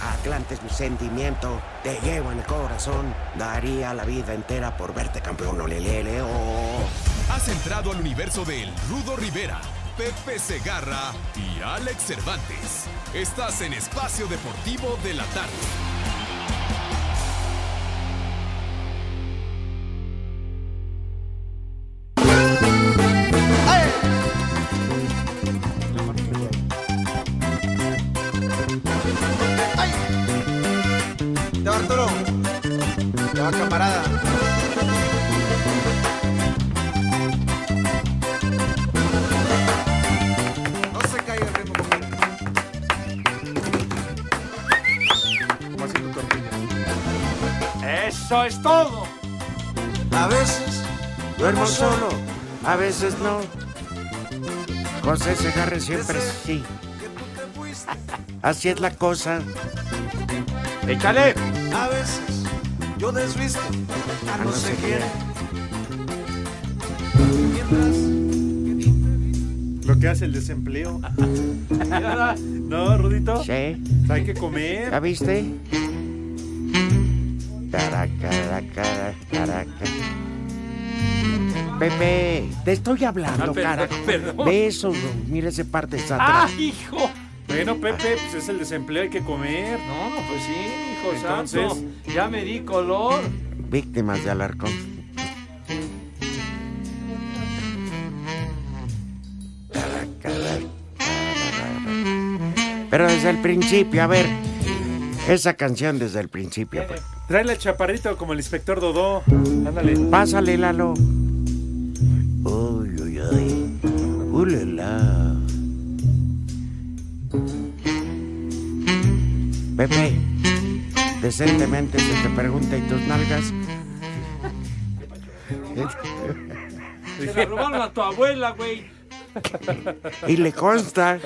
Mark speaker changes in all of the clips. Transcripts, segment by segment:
Speaker 1: Atlante es mi sentimiento, te llevo en el corazón. Daría la vida entera por verte campeón, olelele,
Speaker 2: Has entrado al universo de El Rudo Rivera, Pepe Segarra y Alex Cervantes. Estás en Espacio Deportivo de la Tarde.
Speaker 3: Te va Arturo. Te va camarada. No se caiga el ritmo, compadre. Como haciendo tortillas.
Speaker 4: ¡Eso es todo!
Speaker 3: A veces
Speaker 1: Duermo solo, a veces no. José Segarra siempre sí.
Speaker 3: que tú te fuiste.
Speaker 1: Así es la cosa. Ah,
Speaker 4: ¡Échale!
Speaker 3: A veces yo desvisto a Ah, no sé quién. Mientras que tú te vistes.
Speaker 5: Lo que hace el desempleo. Mira, no, Rudito. Pues
Speaker 1: Sí,
Speaker 5: Hay que comer.
Speaker 1: ¿ya viste? Cara, cara, cara, cara, cara. Pepe, te estoy hablando,
Speaker 4: Ah, perdón,
Speaker 1: cara.
Speaker 4: perdón.
Speaker 1: Ve eso, güey, mira ese parte de
Speaker 4: ¡Ah, hijo!
Speaker 5: Bueno, Pepe, pues es el desempleo, hay que comer.
Speaker 4: No, pues sí, hijo
Speaker 5: Entonces-
Speaker 4: santo. Ya me di color.
Speaker 1: Víctimas de Alarcón. Pero desde el principio, a ver. Esa canción desde el principio. pues.
Speaker 5: Trae el chaparrito como el inspector Dodó. Ándale.
Speaker 1: Pásale, Lalo. Uy, uy, uy. Ulala. Pepe, decentemente se te pregunta y tus nalgas.
Speaker 4: Se la robaron a tu abuela, güey.
Speaker 1: Y le consta.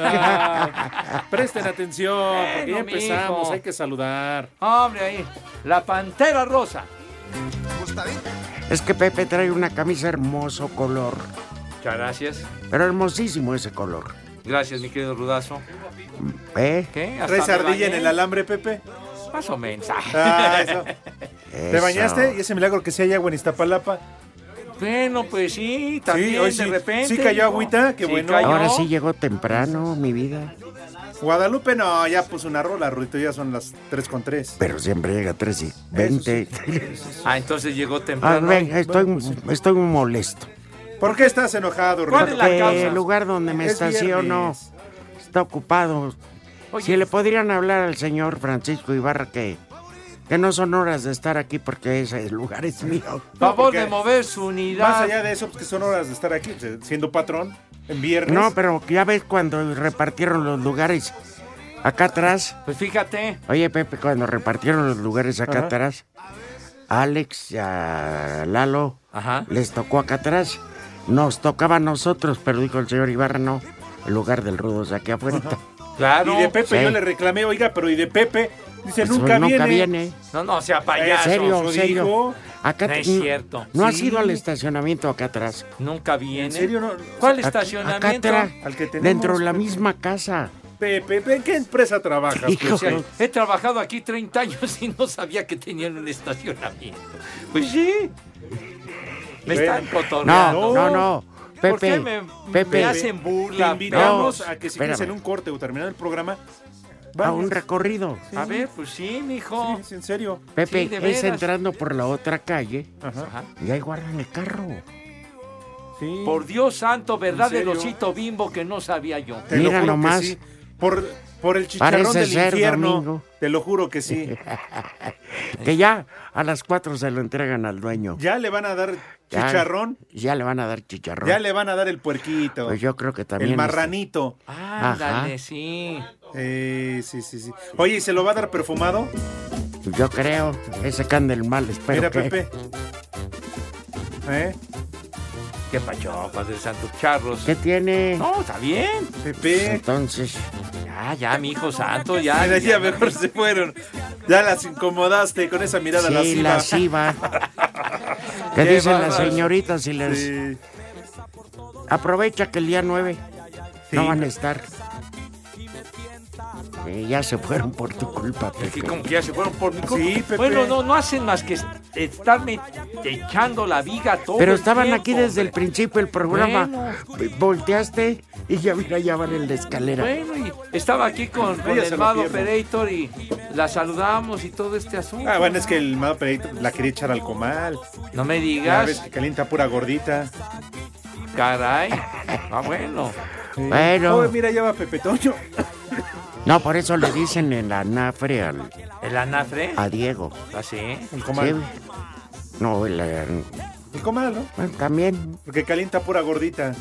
Speaker 5: Ah, presten atención, porque ya
Speaker 4: Bueno,
Speaker 5: empezamos,
Speaker 4: mijo.
Speaker 5: hay que saludar.
Speaker 4: Hombre, ahí. La pantera rosa.
Speaker 3: Gustavito.
Speaker 1: Es que Pepe trae una camisa hermoso color.
Speaker 4: Muchas gracias.
Speaker 1: Pero hermosísimo ese color.
Speaker 4: Gracias, mi querido Rudazo.
Speaker 1: ¿Eh?
Speaker 4: ¿Qué? Hasta
Speaker 5: ¿Traes
Speaker 4: me
Speaker 5: ardilla en
Speaker 4: bañé.
Speaker 5: el alambre, Pepe?
Speaker 4: Más o menos.
Speaker 5: Ah, eso. ¿Te
Speaker 1: Eso.
Speaker 5: bañaste? ¿Y ese milagro que sí hay agua en Iztapalapa?
Speaker 4: Bueno, pues sí, también
Speaker 5: hoy
Speaker 4: de
Speaker 5: sí-
Speaker 4: repente.
Speaker 5: sí cayó
Speaker 4: hijo.
Speaker 5: agüita, qué bueno.
Speaker 4: cayó.
Speaker 1: Ahora sí llegó temprano mi vida.
Speaker 5: Guadalupe no, ya puso una rola, Rudito, ya son las 3 con 3.
Speaker 1: Pero siempre llega 3 y 20.
Speaker 4: Ah, entonces llegó
Speaker 1: Ah,
Speaker 4: temprano. pues,
Speaker 1: ven, estoy, estoy muy molesto.
Speaker 5: ¿Por qué estás enojado,
Speaker 4: ¿Cuál es
Speaker 5: Rudito?
Speaker 4: la causa?
Speaker 1: el lugar donde me
Speaker 5: Es
Speaker 1: estaciono
Speaker 5: viernes.
Speaker 1: está ocupado.
Speaker 4: Oye,
Speaker 1: Si le podrían hablar al señor Francisco Ibarra que, que no son horas de estar aquí porque ese lugar es mío.
Speaker 4: favor
Speaker 5: porque-
Speaker 4: de mover su unidad.
Speaker 5: Más allá de eso, pues que son horas de estar aquí, pues, siendo patrón, en viernes.
Speaker 1: No, pero ya ves cuando repartieron los lugares acá atrás.
Speaker 4: Pues fíjate.
Speaker 1: Oye, Pepe, cuando repartieron los lugares acá atrás, Alex y a Lalo
Speaker 4: Ajá.
Speaker 1: les tocó acá atrás. Nos tocaba a nosotros, pero dijo el señor Ibarra, no, el lugar del rudo es aquí afuera.
Speaker 4: Claro.
Speaker 5: Y de Pepe
Speaker 1: Sí.
Speaker 5: yo le reclamé, oiga, pero ¿y de Pepe? Dice,
Speaker 1: Pues,
Speaker 5: nunca, viene.
Speaker 4: No, no, sea
Speaker 1: En
Speaker 5: Ah,
Speaker 4: payaso.
Speaker 1: serio, en
Speaker 5: lo
Speaker 1: serio.
Speaker 5: dijo.
Speaker 1: Acá
Speaker 4: No
Speaker 1: te-
Speaker 4: es cierto.
Speaker 1: No has
Speaker 5: Sí.
Speaker 1: ido al estacionamiento acá atrás.
Speaker 4: Nunca viene.
Speaker 5: ¿En serio? No,
Speaker 4: ¿Cuál
Speaker 1: Acá-
Speaker 4: estacionamiento?
Speaker 1: Acá atrás,
Speaker 5: Al que tenemos,
Speaker 1: dentro de la
Speaker 5: Pepe.
Speaker 1: misma casa.
Speaker 5: Pepe, ¿en qué empresa trabajas?
Speaker 1: Hijo.
Speaker 5: Pues,
Speaker 4: Sí, He trabajado aquí 30 años y no sabía que tenían un estacionamiento. Pues sí. Me
Speaker 5: Bueno.
Speaker 4: están
Speaker 1: No,
Speaker 4: cotorreando.
Speaker 1: no, no. Pepe,
Speaker 4: ¿Por qué me, me
Speaker 1: Pepe,
Speaker 4: hacen
Speaker 5: Te
Speaker 4: burla?
Speaker 5: invitamos
Speaker 1: No,
Speaker 5: a que si
Speaker 1: espérame.
Speaker 5: quieres en un corte o terminando el programa,
Speaker 1: a un recorrido.
Speaker 4: A ver, pues sí, mijo.
Speaker 5: Sí, sí, en serio.
Speaker 1: Pepe,
Speaker 4: Sí, de
Speaker 1: es
Speaker 4: veras.
Speaker 1: entrando por la otra calle
Speaker 5: Ajá.
Speaker 4: Ajá.
Speaker 1: y ahí guardan el carro.
Speaker 6: Sí.
Speaker 4: Por Dios santo, ¿verdad
Speaker 5: ¿En
Speaker 4: del
Speaker 5: serio?
Speaker 4: osito bimbo que no sabía yo?
Speaker 5: Te lo
Speaker 1: Mira
Speaker 5: juro que
Speaker 1: nomás.
Speaker 5: sí. Por, por el chicharrón
Speaker 1: Parece
Speaker 5: del
Speaker 1: ser
Speaker 5: infierno.
Speaker 1: domingo.
Speaker 5: Te lo juro que sí.
Speaker 1: Que ya a las 4 se lo entregan al dueño.
Speaker 5: Ya le van a dar
Speaker 1: Ya-
Speaker 5: chicharrón,
Speaker 1: Ya le van a dar chicharrón.
Speaker 5: ya le van a dar el puerquito,
Speaker 1: Pues yo creo que también.
Speaker 5: el
Speaker 1: este,
Speaker 5: marranito.
Speaker 4: Ándale,
Speaker 1: Ajá.
Speaker 4: sí.
Speaker 5: Eh, sí, sí, sí. Oye, ¿y se lo va a dar perfumado?
Speaker 1: Pues Yo creo. Ese can del mal, espero
Speaker 5: Mira,
Speaker 1: que-
Speaker 5: Pepe. ¿Eh?
Speaker 4: Qué pacho, Padre Santo Charros.
Speaker 1: ¿Qué tiene? Pues
Speaker 4: No, está bien.
Speaker 5: Pepe.
Speaker 1: Entonces,
Speaker 4: Ya, ya, mi hijo santo, ya.
Speaker 5: Mira,
Speaker 4: ya.
Speaker 5: ya mejor se fueron. Ya las incomodaste con esa mirada
Speaker 1: sí,
Speaker 5: lasciva.
Speaker 1: la siva. ¿Qué
Speaker 5: Qué
Speaker 1: dicen las
Speaker 5: bárbaro.
Speaker 1: señoritas y les
Speaker 5: Sí.
Speaker 1: aprovecha que el día 9 no
Speaker 5: Sí.
Speaker 1: van a estar? Eh, ya se fueron por tu culpa,
Speaker 4: Que
Speaker 1: Pepe.
Speaker 4: como que ya se fueron por mi culpa.
Speaker 5: Sí, Pepe.
Speaker 4: Bueno, no, no hacen más que est- estarme echando la viga todo.
Speaker 1: Pero
Speaker 4: el
Speaker 1: estaban
Speaker 4: tiempo,
Speaker 1: aquí desde el
Speaker 4: hombre.
Speaker 1: principio del programa. Volteaste y ya mira, ya van en la escalera.
Speaker 4: Bueno, y estaba aquí con, con
Speaker 5: Ella
Speaker 4: el
Speaker 5: se lo
Speaker 4: Mad
Speaker 5: pierde.
Speaker 4: Operator y la saludamos y todo este asunto.
Speaker 5: Ah, bueno, es que el Mado Perito la quería echar al comal.
Speaker 4: No me
Speaker 5: Ya ves
Speaker 4: digas,
Speaker 5: que calienta pura gordita.
Speaker 4: caray. Ah, bueno.
Speaker 5: Sí.
Speaker 1: Bueno.
Speaker 5: Oh, mira, ya va Pepe Toño.
Speaker 1: No, por eso le dicen en la anafre al-
Speaker 4: ¿El anafre?
Speaker 1: a Diego.
Speaker 4: Así.
Speaker 5: El
Speaker 1: Sí,
Speaker 5: comal.
Speaker 1: güey. No, el, eh,
Speaker 5: El comal, ¿no?
Speaker 1: bueno, también.
Speaker 5: Porque calienta pura gordita.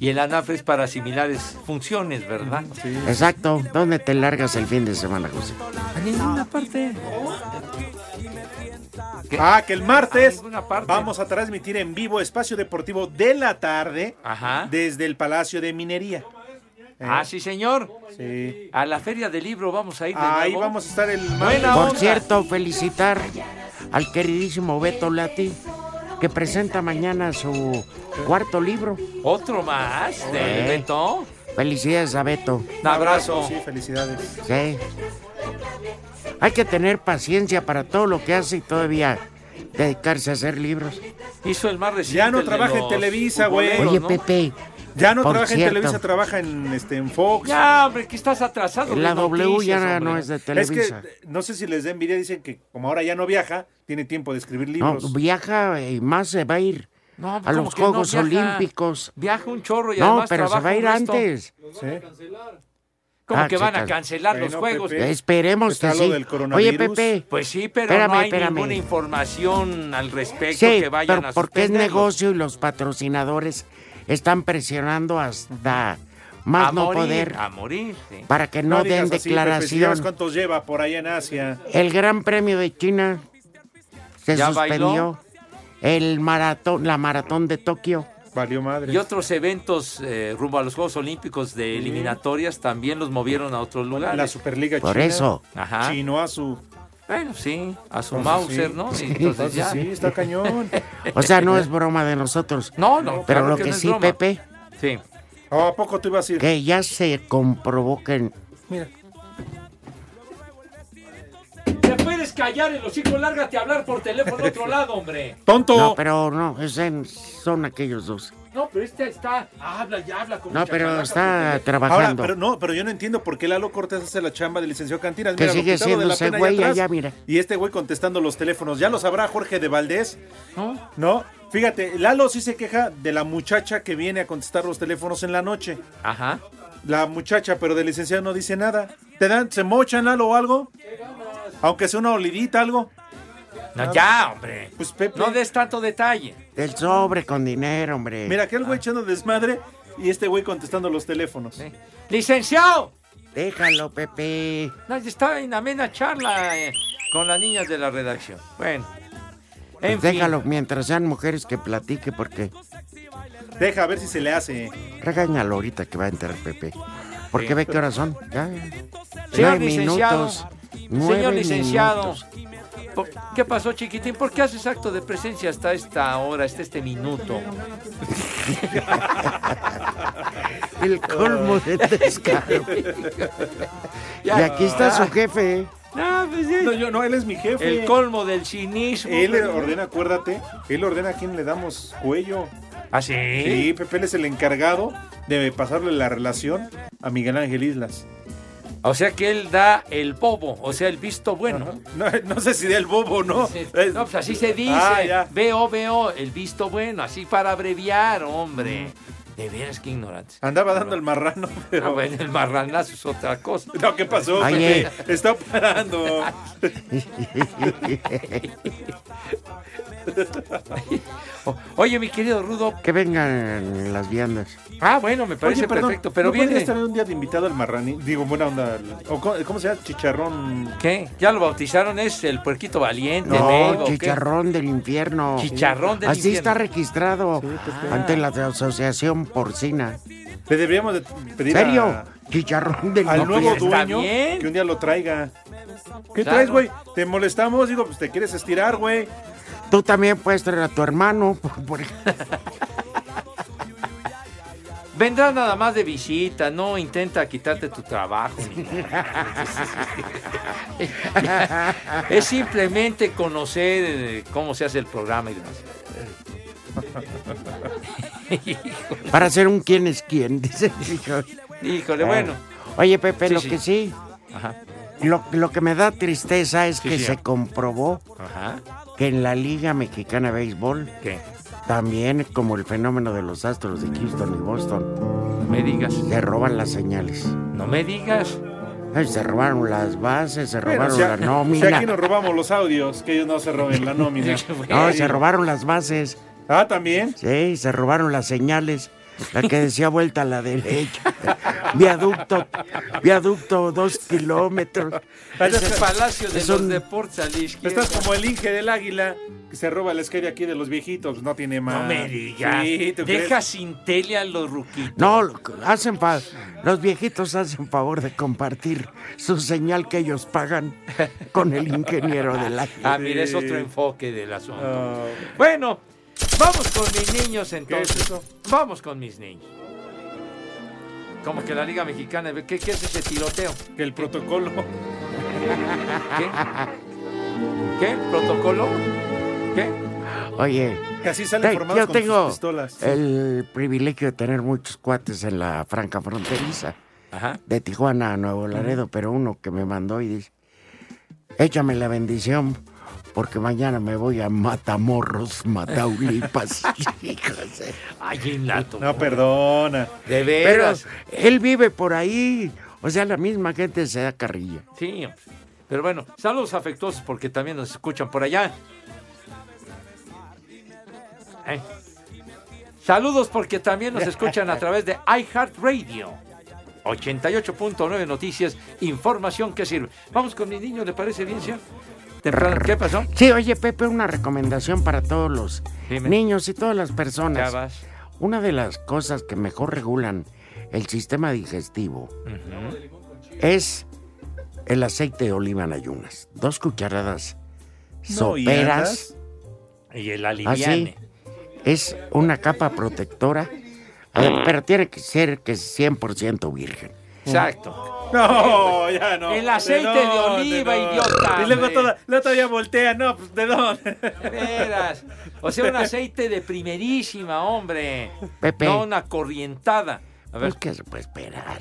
Speaker 4: Y el anafre es para similares funciones, ¿verdad?
Speaker 5: Sí.
Speaker 1: Exacto. ¿Dónde te largas el fin de semana, José?
Speaker 4: A ninguna parte.
Speaker 5: Ah, que el
Speaker 4: A
Speaker 5: martes
Speaker 4: ninguna parte.
Speaker 5: vamos a transmitir en vivo Espacio Deportivo de la tarde
Speaker 4: Ajá.
Speaker 5: desde el Palacio de Minería. ¿Eh?
Speaker 4: Ah, sí, señor.
Speaker 5: Sí.
Speaker 4: A la feria del libro vamos a ir de
Speaker 5: Ahí
Speaker 4: nuevo.
Speaker 5: vamos a estar el martes.
Speaker 4: Buena
Speaker 1: Por
Speaker 4: onda.
Speaker 1: cierto, felicitar al queridísimo Beto Lati, que presenta mañana su cuarto libro.
Speaker 4: Otro más de
Speaker 1: Eh.
Speaker 4: Beto.
Speaker 1: Felicidades a Beto.
Speaker 4: Un abrazo.
Speaker 5: Sí, felicidades.
Speaker 1: Sí. Hay que tener paciencia para todo lo que hace y todavía dedicarse a hacer libros.
Speaker 4: Hizo el más reciente.
Speaker 5: Ya no
Speaker 4: el de
Speaker 5: trabaja en
Speaker 4: los
Speaker 5: Televisa, güey.
Speaker 4: futboleros,
Speaker 1: Oye,
Speaker 4: ¿no?
Speaker 1: Pepe,
Speaker 5: Ya no
Speaker 1: Por
Speaker 5: trabaja en
Speaker 1: cierto.
Speaker 5: Televisa, trabaja en, este, en Fox.
Speaker 4: Ya, hombre, que estás atrasado. de
Speaker 1: la W
Speaker 4: noticias,
Speaker 1: ya no
Speaker 4: hombre.
Speaker 1: es de
Speaker 5: Es que
Speaker 1: Televisa.
Speaker 5: eh, no sé si les da envidia, dicen que como ahora ya no viaja, tiene tiempo de escribir
Speaker 1: No,
Speaker 5: libros.
Speaker 1: viaja y más se va a ir
Speaker 4: No,
Speaker 1: a
Speaker 4: ¿cómo
Speaker 1: los
Speaker 4: que no?
Speaker 1: Juegos
Speaker 4: Viaja-
Speaker 1: Olímpicos.
Speaker 4: Viaja un chorro y
Speaker 1: No,
Speaker 4: además
Speaker 1: pero se
Speaker 4: trabaja
Speaker 1: va a ir
Speaker 4: un resto.
Speaker 1: antes.
Speaker 5: ¿Sí?
Speaker 4: Como
Speaker 1: Ah,
Speaker 4: que van a
Speaker 1: chica.
Speaker 4: cancelar los
Speaker 5: Bueno,
Speaker 4: juegos.
Speaker 5: Pepe.
Speaker 1: Esperemos
Speaker 5: Está
Speaker 1: que
Speaker 5: lo
Speaker 1: sí.
Speaker 5: del
Speaker 1: Oye,
Speaker 5: coronavirus.
Speaker 1: Pepe.
Speaker 4: Pues sí, pero no
Speaker 1: Espérame,
Speaker 4: hay
Speaker 1: espérame.
Speaker 4: ninguna información al respecto
Speaker 1: Sí,
Speaker 4: que vayan
Speaker 1: pero
Speaker 4: a
Speaker 1: porque es
Speaker 4: suspenderlos.
Speaker 1: negocio y los patrocinadores están presionando hasta más
Speaker 4: a
Speaker 1: no
Speaker 4: morir,
Speaker 1: poder
Speaker 4: A morir, sí.
Speaker 1: para que no,
Speaker 5: digas
Speaker 1: den
Speaker 5: así, Pepe, si ya ves
Speaker 1: declaración.
Speaker 5: cuántos lleva por allá en Asia.
Speaker 1: El Gran Premio de China se
Speaker 4: ¿Ya
Speaker 1: suspendió.
Speaker 4: bailó?
Speaker 1: El maratón, la maratón de Tokio.
Speaker 5: Valió madre.
Speaker 4: Y otros eventos eh, rumbo a los Juegos Olímpicos de eliminatorias también los movieron a otros
Speaker 5: La
Speaker 4: lugares.
Speaker 5: Superliga
Speaker 1: Por
Speaker 5: China.
Speaker 1: eso.
Speaker 4: Ajá.
Speaker 5: Chino a su.
Speaker 4: Bueno, sí, a su
Speaker 5: Entonces,
Speaker 4: Mauser,
Speaker 5: sí.
Speaker 4: ¿no? Y Entonces ya.
Speaker 5: Sí, está cañón.
Speaker 1: pues O sea, no es broma de nosotros.
Speaker 4: No, no,
Speaker 1: Pero
Speaker 4: claro
Speaker 1: lo
Speaker 4: que
Speaker 1: que,
Speaker 4: no es
Speaker 1: sí,
Speaker 4: broma.
Speaker 1: Pepe,
Speaker 4: Sí.
Speaker 5: Oh, ¿A poco tú ibas a ir?
Speaker 1: que ya se comprobó que
Speaker 5: Mira.
Speaker 4: ¿Te puedes callar el hocico? Lárgate a hablar por teléfono a otro lado, hombre.
Speaker 5: ¡Tonto!
Speaker 1: No, pero no, es en- son aquellos dos.
Speaker 4: No, pero este está. Habla y habla como
Speaker 1: No, pero está
Speaker 5: Ahora,
Speaker 1: trabajando.
Speaker 5: pero no, pero yo no entiendo por qué Lalo Cortés hace la chamba de licenciado Cantinas.
Speaker 1: Que
Speaker 5: Mira, lo
Speaker 1: sigue
Speaker 5: quitado de
Speaker 1: siendo
Speaker 5: la
Speaker 1: ese
Speaker 5: pena allá
Speaker 1: güey
Speaker 5: atrás.
Speaker 1: allá, mira.
Speaker 5: Y este güey contestando los teléfonos. Ya lo sabrá Jorge de Valdés. No, fíjate, Lalo sí se queja de la muchacha que viene a contestar los teléfonos en la noche.
Speaker 4: Ajá.
Speaker 5: La muchacha, pero del licenciado no dice nada. ¿Te dan, se mochan Lalo o algo? Aunque sea una olidita, algo.
Speaker 4: No, ya, hombre.
Speaker 5: Pues Pepe.
Speaker 4: No des tanto detalle.
Speaker 1: El sobre con dinero, hombre.
Speaker 5: Mira, aquel güey echando desmadre y este güey contestando los teléfonos.
Speaker 4: Ah. Sí. ¡Licenciado!
Speaker 1: Déjalo, Pepe.
Speaker 4: No, está en amena charla eh, con las niñas de la redacción. Bueno. En fin.
Speaker 1: Pues Déjalo mientras sean mujeres que platique porque
Speaker 5: Deja a ver si se le hace.
Speaker 1: regáñalo ahorita que va a entrar Pepe. Porque
Speaker 4: Sí.
Speaker 1: ve qué hora son. Ya.
Speaker 4: Señor
Speaker 1: Nueve
Speaker 4: licenciado.
Speaker 1: minutos.
Speaker 4: Señor
Speaker 1: Nueve
Speaker 4: licenciado,
Speaker 1: minutos.
Speaker 4: ¿por- ¿qué pasó, chiquitín? ¿Por qué haces acto de presencia hasta esta hora, hasta este minuto?
Speaker 1: El colmo de descaro. y aquí está su jefe. ¿eh?
Speaker 4: No, pues, eh,
Speaker 5: No, yo no, él es mi jefe.
Speaker 4: el colmo del cinismo.
Speaker 5: Él ordena, acuérdate, él ordena a quién le damos cuello.
Speaker 4: ¿Ah, sí?
Speaker 5: Sí, Pepe él es el encargado de pasarle la relación a Miguel Ángel Islas.
Speaker 4: O sea que él da el bobo, o sea, el visto bueno.
Speaker 5: No, no sé si del bobo, ¿no?
Speaker 4: Sí.
Speaker 5: Es-
Speaker 4: No, pues así se
Speaker 5: Ah,
Speaker 4: dice.
Speaker 5: ya.
Speaker 4: Veo, veo, el visto bueno, así para abreviar, hombre. De veras que ignorantes.
Speaker 5: Andaba dando el marrano,
Speaker 4: Ah,
Speaker 5: Ah, pero...
Speaker 4: bueno, el marranazo es otra cosa. eh.
Speaker 5: No, ¿qué pasó?
Speaker 1: Oye.
Speaker 5: Pepe? Está operando.
Speaker 4: O- Oye, mi querido Rudo.
Speaker 1: Que vengan las viandas.
Speaker 4: Ah, bueno, me parece
Speaker 5: Oye, perdón,
Speaker 4: perfecto, pero
Speaker 5: ¿no
Speaker 4: viene.
Speaker 5: podrías tener un día de invitado al marrani? Digo, buena onda. al- o co- ¿Cómo se llama? Chicharrón.
Speaker 4: ¿Qué? ¿Ya lo bautizaron? ¿Es el puerquito valiente, Neiva,
Speaker 1: No,
Speaker 4: o qué?
Speaker 1: chicharrón del infierno.
Speaker 4: Chicharrón del
Speaker 1: Así está
Speaker 4: infierno.
Speaker 1: registrado
Speaker 5: pues,
Speaker 1: ante la Asociación Porcina.
Speaker 5: Le deberíamos de pedir a-
Speaker 1: ¿Serio? Chicharrón del
Speaker 5: al
Speaker 4: No, pues
Speaker 5: nuevo
Speaker 4: ya está
Speaker 5: dueño
Speaker 4: bien.
Speaker 5: que un día lo traiga. ¿Qué
Speaker 4: Claro.
Speaker 5: traes, güey? ¿Te molestamos? Digo, pues te quieres estirar, güey.
Speaker 1: Tú también puedes traer a tu hermano. por- por-
Speaker 4: Vendrá nada más de visita, no intenta quitarte tu trabajo. ni nada. es simplemente conocer eh, cómo se hace el programa y demás.
Speaker 1: para hacer un quién es quién, dice el hijo. Ah.
Speaker 4: Híjole, bueno.
Speaker 1: Oye, Pepe,
Speaker 4: Sí,
Speaker 1: lo
Speaker 4: sí.
Speaker 1: que sí,
Speaker 4: Ajá,
Speaker 1: lo, lo que me da tristeza es
Speaker 4: Sí,
Speaker 1: que
Speaker 4: sí.
Speaker 1: se comprobó
Speaker 4: ajá.
Speaker 1: que en la Liga Mexicana de Béisbol,
Speaker 4: ¿Qué?
Speaker 1: también como el fenómeno de los astros de Houston y Boston,
Speaker 4: No me digas.
Speaker 1: se roban las señales.
Speaker 4: No me digas.
Speaker 1: Ay, se robaron las bases, se
Speaker 5: Bueno,
Speaker 1: robaron
Speaker 5: si a-
Speaker 1: la
Speaker 5: si
Speaker 1: nómina.
Speaker 5: aquí nos robamos los audios, que ellos no se roben la nómina.
Speaker 1: No, se robaron las bases.
Speaker 5: Ah, también.
Speaker 1: Sí, se robaron las señales. La que decía vuelta a la derecha. Viaducto, viaducto, dos kilómetros.
Speaker 4: Es el Palacio de
Speaker 1: Es
Speaker 4: los
Speaker 1: un-
Speaker 4: Deportes a la izquierda.
Speaker 5: Estás como el Inge del Águila, que se roba la esquina aquí de los viejitos. pues, No tiene más.
Speaker 4: No me digas.
Speaker 5: Sí, ¿tú crees?
Speaker 4: Deja sin tele a los ruquitos.
Speaker 1: No, hacen fa- los viejitos hacen favor de compartir su señal que ellos pagan con el ingeniero del
Speaker 4: Ah,
Speaker 1: águila.
Speaker 4: mira, es otro enfoque del asunto.
Speaker 5: Ah,
Speaker 4: Bueno, vamos con mis niños entonces.
Speaker 5: es eso?
Speaker 4: Vamos con mis niños. Como que la Liga Mexicana, ¿qué, qué es ese tiroteo?
Speaker 5: que el protocolo.
Speaker 4: ¿Qué? ¿Qué? ¿Protocolo? ¿Qué?
Speaker 1: Oye,
Speaker 5: Que así salen
Speaker 1: te-
Speaker 5: formados
Speaker 1: yo
Speaker 5: con sus
Speaker 1: tengo eh,
Speaker 5: pistolas.
Speaker 1: el privilegio de tener muchos cuates en la franca fronteriza,
Speaker 4: Ajá.
Speaker 1: de Tijuana a Nuevo Laredo, pero uno que me mandó y dice, échame la bendición. Porque mañana me voy a Matamorros, Mataulipas. Hijos de-
Speaker 4: Ay, en la to-
Speaker 5: No, perdona.
Speaker 4: De
Speaker 1: Pero
Speaker 4: veras.
Speaker 1: él vive por ahí. O sea, la misma gente se da carrilla.
Speaker 4: Sí, hombre. pero bueno, saludos afectuosos porque también nos escuchan por allá. Eh. Saludos porque también nos escuchan a través de iHeartRadio. 88.9 Noticias, información que sirve. Vamos con mi niño, ¿le parece bien, señor? Temprano, ¿Qué pasó?
Speaker 1: Sí, oye, Pepe, una recomendación para todos los
Speaker 4: Dime.
Speaker 1: niños y todas las
Speaker 4: Ya
Speaker 1: personas.
Speaker 4: vas.
Speaker 1: Una de las cosas que mejor regulan el sistema digestivo es el aceite de oliva en ayunas. Dos cucharadas
Speaker 5: No, ¿y
Speaker 1: soperas. Ah,
Speaker 5: andas? ¿Ah,
Speaker 4: Y el aliviane.
Speaker 1: es una capa protectora, eh, pero tiene que ser que es 100% virgen.
Speaker 4: Exacto.
Speaker 5: No, ya no.
Speaker 4: El aceite de
Speaker 5: dónde,
Speaker 4: oliva,
Speaker 5: no?
Speaker 4: idiota,
Speaker 5: Y luego
Speaker 4: hombre.
Speaker 5: toda, luego todavía voltea, no, pues de dónde.
Speaker 4: De veras. O sea, un aceite de primerísima, hombre.
Speaker 1: Pepe.
Speaker 4: No una corrientada. A ver.
Speaker 1: Pues, ¿Qué se puede esperar?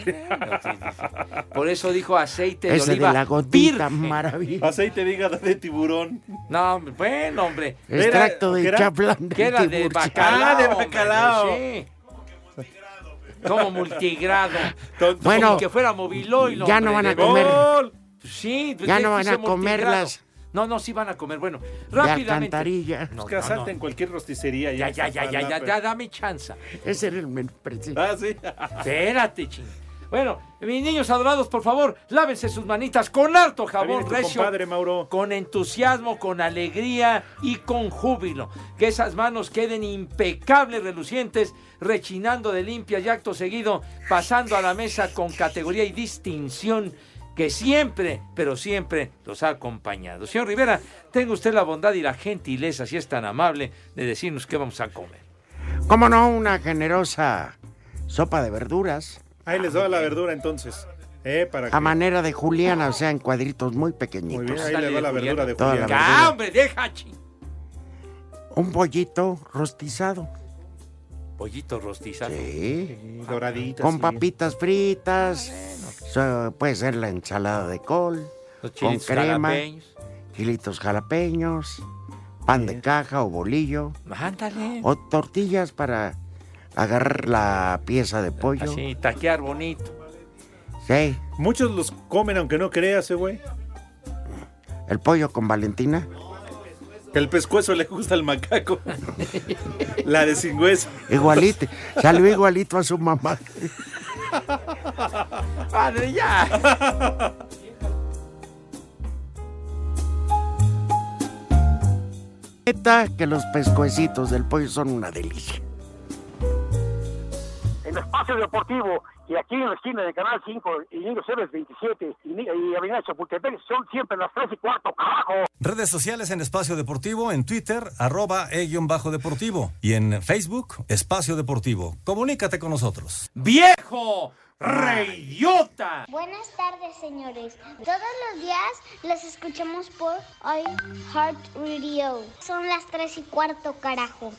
Speaker 4: Por eso dijo aceite de
Speaker 1: Ese de
Speaker 4: oliva.
Speaker 1: la gotita
Speaker 4: virgen.
Speaker 1: maravillosa.
Speaker 5: Aceite de hígado de tiburón.
Speaker 4: No, hombre, bueno, hombre.
Speaker 5: Era-
Speaker 1: Extracto de
Speaker 5: ¿qué era?
Speaker 1: chaplán
Speaker 4: Que era de bacalao.
Speaker 5: Ah, de
Speaker 4: hombre,
Speaker 5: bacalao.
Speaker 4: sí. Como multigrado.
Speaker 5: Tonto.
Speaker 1: Bueno,
Speaker 4: Como que fuera moviloilo.
Speaker 1: ya no
Speaker 4: hombre,
Speaker 1: van
Speaker 4: de
Speaker 1: a comer.
Speaker 4: gol. Sí, pues,
Speaker 1: Ya
Speaker 4: es
Speaker 1: no
Speaker 4: que
Speaker 1: van
Speaker 4: dice
Speaker 1: a comer
Speaker 4: multigrado.
Speaker 1: las-
Speaker 4: No, no, sí van a comer. Bueno,
Speaker 1: de
Speaker 4: rápidamente.
Speaker 1: alcantarilla.
Speaker 4: No,
Speaker 5: Es que
Speaker 4: no,
Speaker 5: asalta
Speaker 4: no.
Speaker 5: en cualquier rosticería.
Speaker 4: Ya, ya, ya, ya, ya, ya,
Speaker 5: ya.
Speaker 4: dame chance.
Speaker 1: Ese era el menú principal.
Speaker 5: Ah, sí.
Speaker 4: Espérate, ching. Bueno, mis niños adorados, por favor, lávense sus manitas con harto
Speaker 5: Ahí viene
Speaker 4: jabón
Speaker 5: tu
Speaker 4: recio.
Speaker 5: compadre, Mauro.
Speaker 4: Con entusiasmo, con alegría y con júbilo. Que esas manos queden impecables, relucientes, rechinando de limpias y acto seguido, pasando a la mesa con categoría y distinción que siempre, pero siempre los ha acompañado. Señor Rivera, tenga usted la bondad y la gentileza, si es tan amable, de decirnos qué vamos a comer.
Speaker 1: ¿Cómo no? Una generosa sopa de verduras
Speaker 5: Ahí les doy la verdura entonces. Eh, para que...
Speaker 1: a manera de Juliana, o sea, en cuadritos muy
Speaker 5: Muy bien,
Speaker 1: pequeñitos.
Speaker 5: ahí le
Speaker 4: Dale,
Speaker 5: va la
Speaker 4: Julián.
Speaker 5: verdura de ¡Ah!
Speaker 1: Toda la
Speaker 5: Julián.
Speaker 1: verdura.
Speaker 4: ¡Ya, Ah, hombre, deja, ching!
Speaker 1: Un pollito rostizado.
Speaker 4: Pollito rostizado.
Speaker 1: Sí.
Speaker 5: Doradita.
Speaker 1: Con
Speaker 5: sí.
Speaker 1: papitas fritas, So, puede ser la ensalada de col,
Speaker 4: Ah, Los
Speaker 1: con
Speaker 4: chilitos
Speaker 1: crema,
Speaker 4: jalapeños.
Speaker 1: chilitos jalapeños, pan de caja o bolillo,
Speaker 4: Ándale.
Speaker 1: o tortillas para agarrar la pieza de pollo.
Speaker 4: Así, taquear bonito.
Speaker 1: Sí,
Speaker 5: Muchos los comen, aunque no creas, eh, güey.
Speaker 1: el pollo con Valentina.
Speaker 5: Que el pescuezo le gusta al macaco. la de sin hueso.
Speaker 1: Igualito, salió igualito a su mamá.
Speaker 4: Padre, ya.
Speaker 1: Neta que los pescuecitos del pollo son una delicia.
Speaker 6: en Espacio Deportivo y aquí en la esquina de Canal 5 y Niño Ceres 27 y, Ni- y Avenida Chapultepec son siempre las 3 y cuarto, carajo.
Speaker 7: Redes sociales en Espacio Deportivo, en Twitter, arroba
Speaker 8: E
Speaker 7: e-bajo deportivo y en Facebook, Espacio Deportivo. Comunícate con nosotros.
Speaker 4: ¡Viejo! ¡Reyota!
Speaker 9: Buenas tardes, señores. Todos los días los escuchamos por Heart Radio. Son las 3 y cuarto, carajo.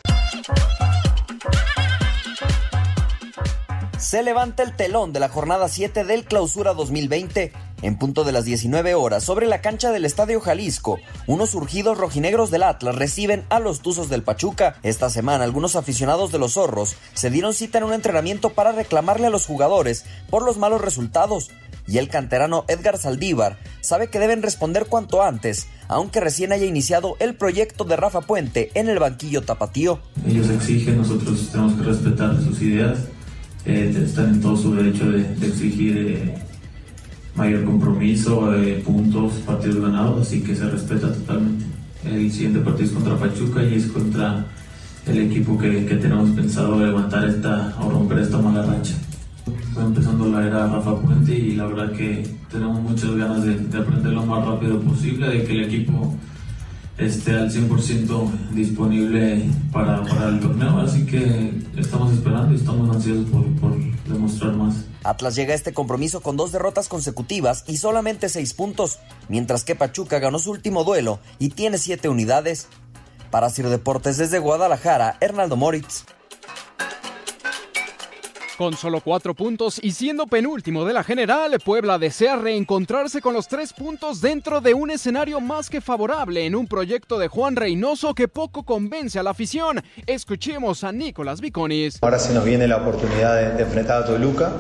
Speaker 10: Se levanta el telón de la jornada 7 del Clausura 2020. En punto de las 19 horas, sobre la cancha del Estadio Jalisco, unos surgidos rojinegros del Atlas reciben a los Tuzos del Pachuca. Esta semana, algunos aficionados de los Zorros se dieron cita en un entrenamiento para reclamarle a los jugadores por los malos resultados. Y el canterano Edgar Saldívar sabe que deben responder cuanto antes, aunque recién haya iniciado el proyecto de Rafa Puente en el banquillo tapatío.
Speaker 11: Ellos exigen, nosotros tenemos que respetar sus ideas, eh, están en todo su derecho de, de exigir eh, mayor compromiso, eh, puntos, partidos ganados, así que se respeta totalmente. El siguiente partido es contra Pachuca y es contra el equipo que, que tenemos pensado levantar esta o romper esta mala racha. Está empezando la era Rafa Puente y la verdad que tenemos muchas ganas de, de aprender lo más rápido posible, de que el equipo esté al 100% disponible para, para el torneo, así que estamos esperando y estamos ansiosos por, por demostrar más.
Speaker 10: Atlas llega a este compromiso con dos derrotas consecutivas y solamente seis puntos, mientras que Pachuca ganó su último duelo y tiene siete unidades. Para Ciro Deportes desde Guadalajara, Hernaldo Moritz.
Speaker 11: Con solo cuatro puntos y siendo penúltimo de la general, Puebla desea reencontrarse con los tres puntos dentro de un escenario más que favorable en un proyecto de Juan Reynoso que poco convence a la afición. Escuchemos a Nicolás Viconis. Ahora se nos viene la oportunidad de, de enfrentar a Toluca,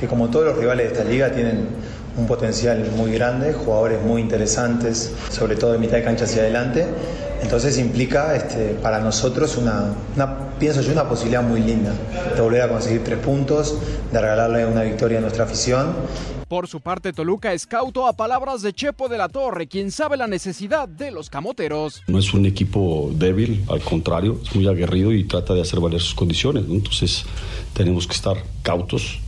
Speaker 11: que como todos los rivales de esta liga tienen un potencial muy grande, jugadores muy interesantes, sobre todo de mitad de cancha hacia adelante. Entonces implica este, para nosotros una, una- pienso yo, una posibilidad muy linda de volver a conseguir tres puntos, de regalarle una victoria a nuestra afición. Por su parte, Toluca es cauto a palabras de Chepo de la Torre, quien sabe la necesidad de los camoteros.
Speaker 7: No es un equipo débil, al contrario, es muy aguerrido y trata de hacer valer sus condiciones. ¿no? Entonces tenemos que estar cautos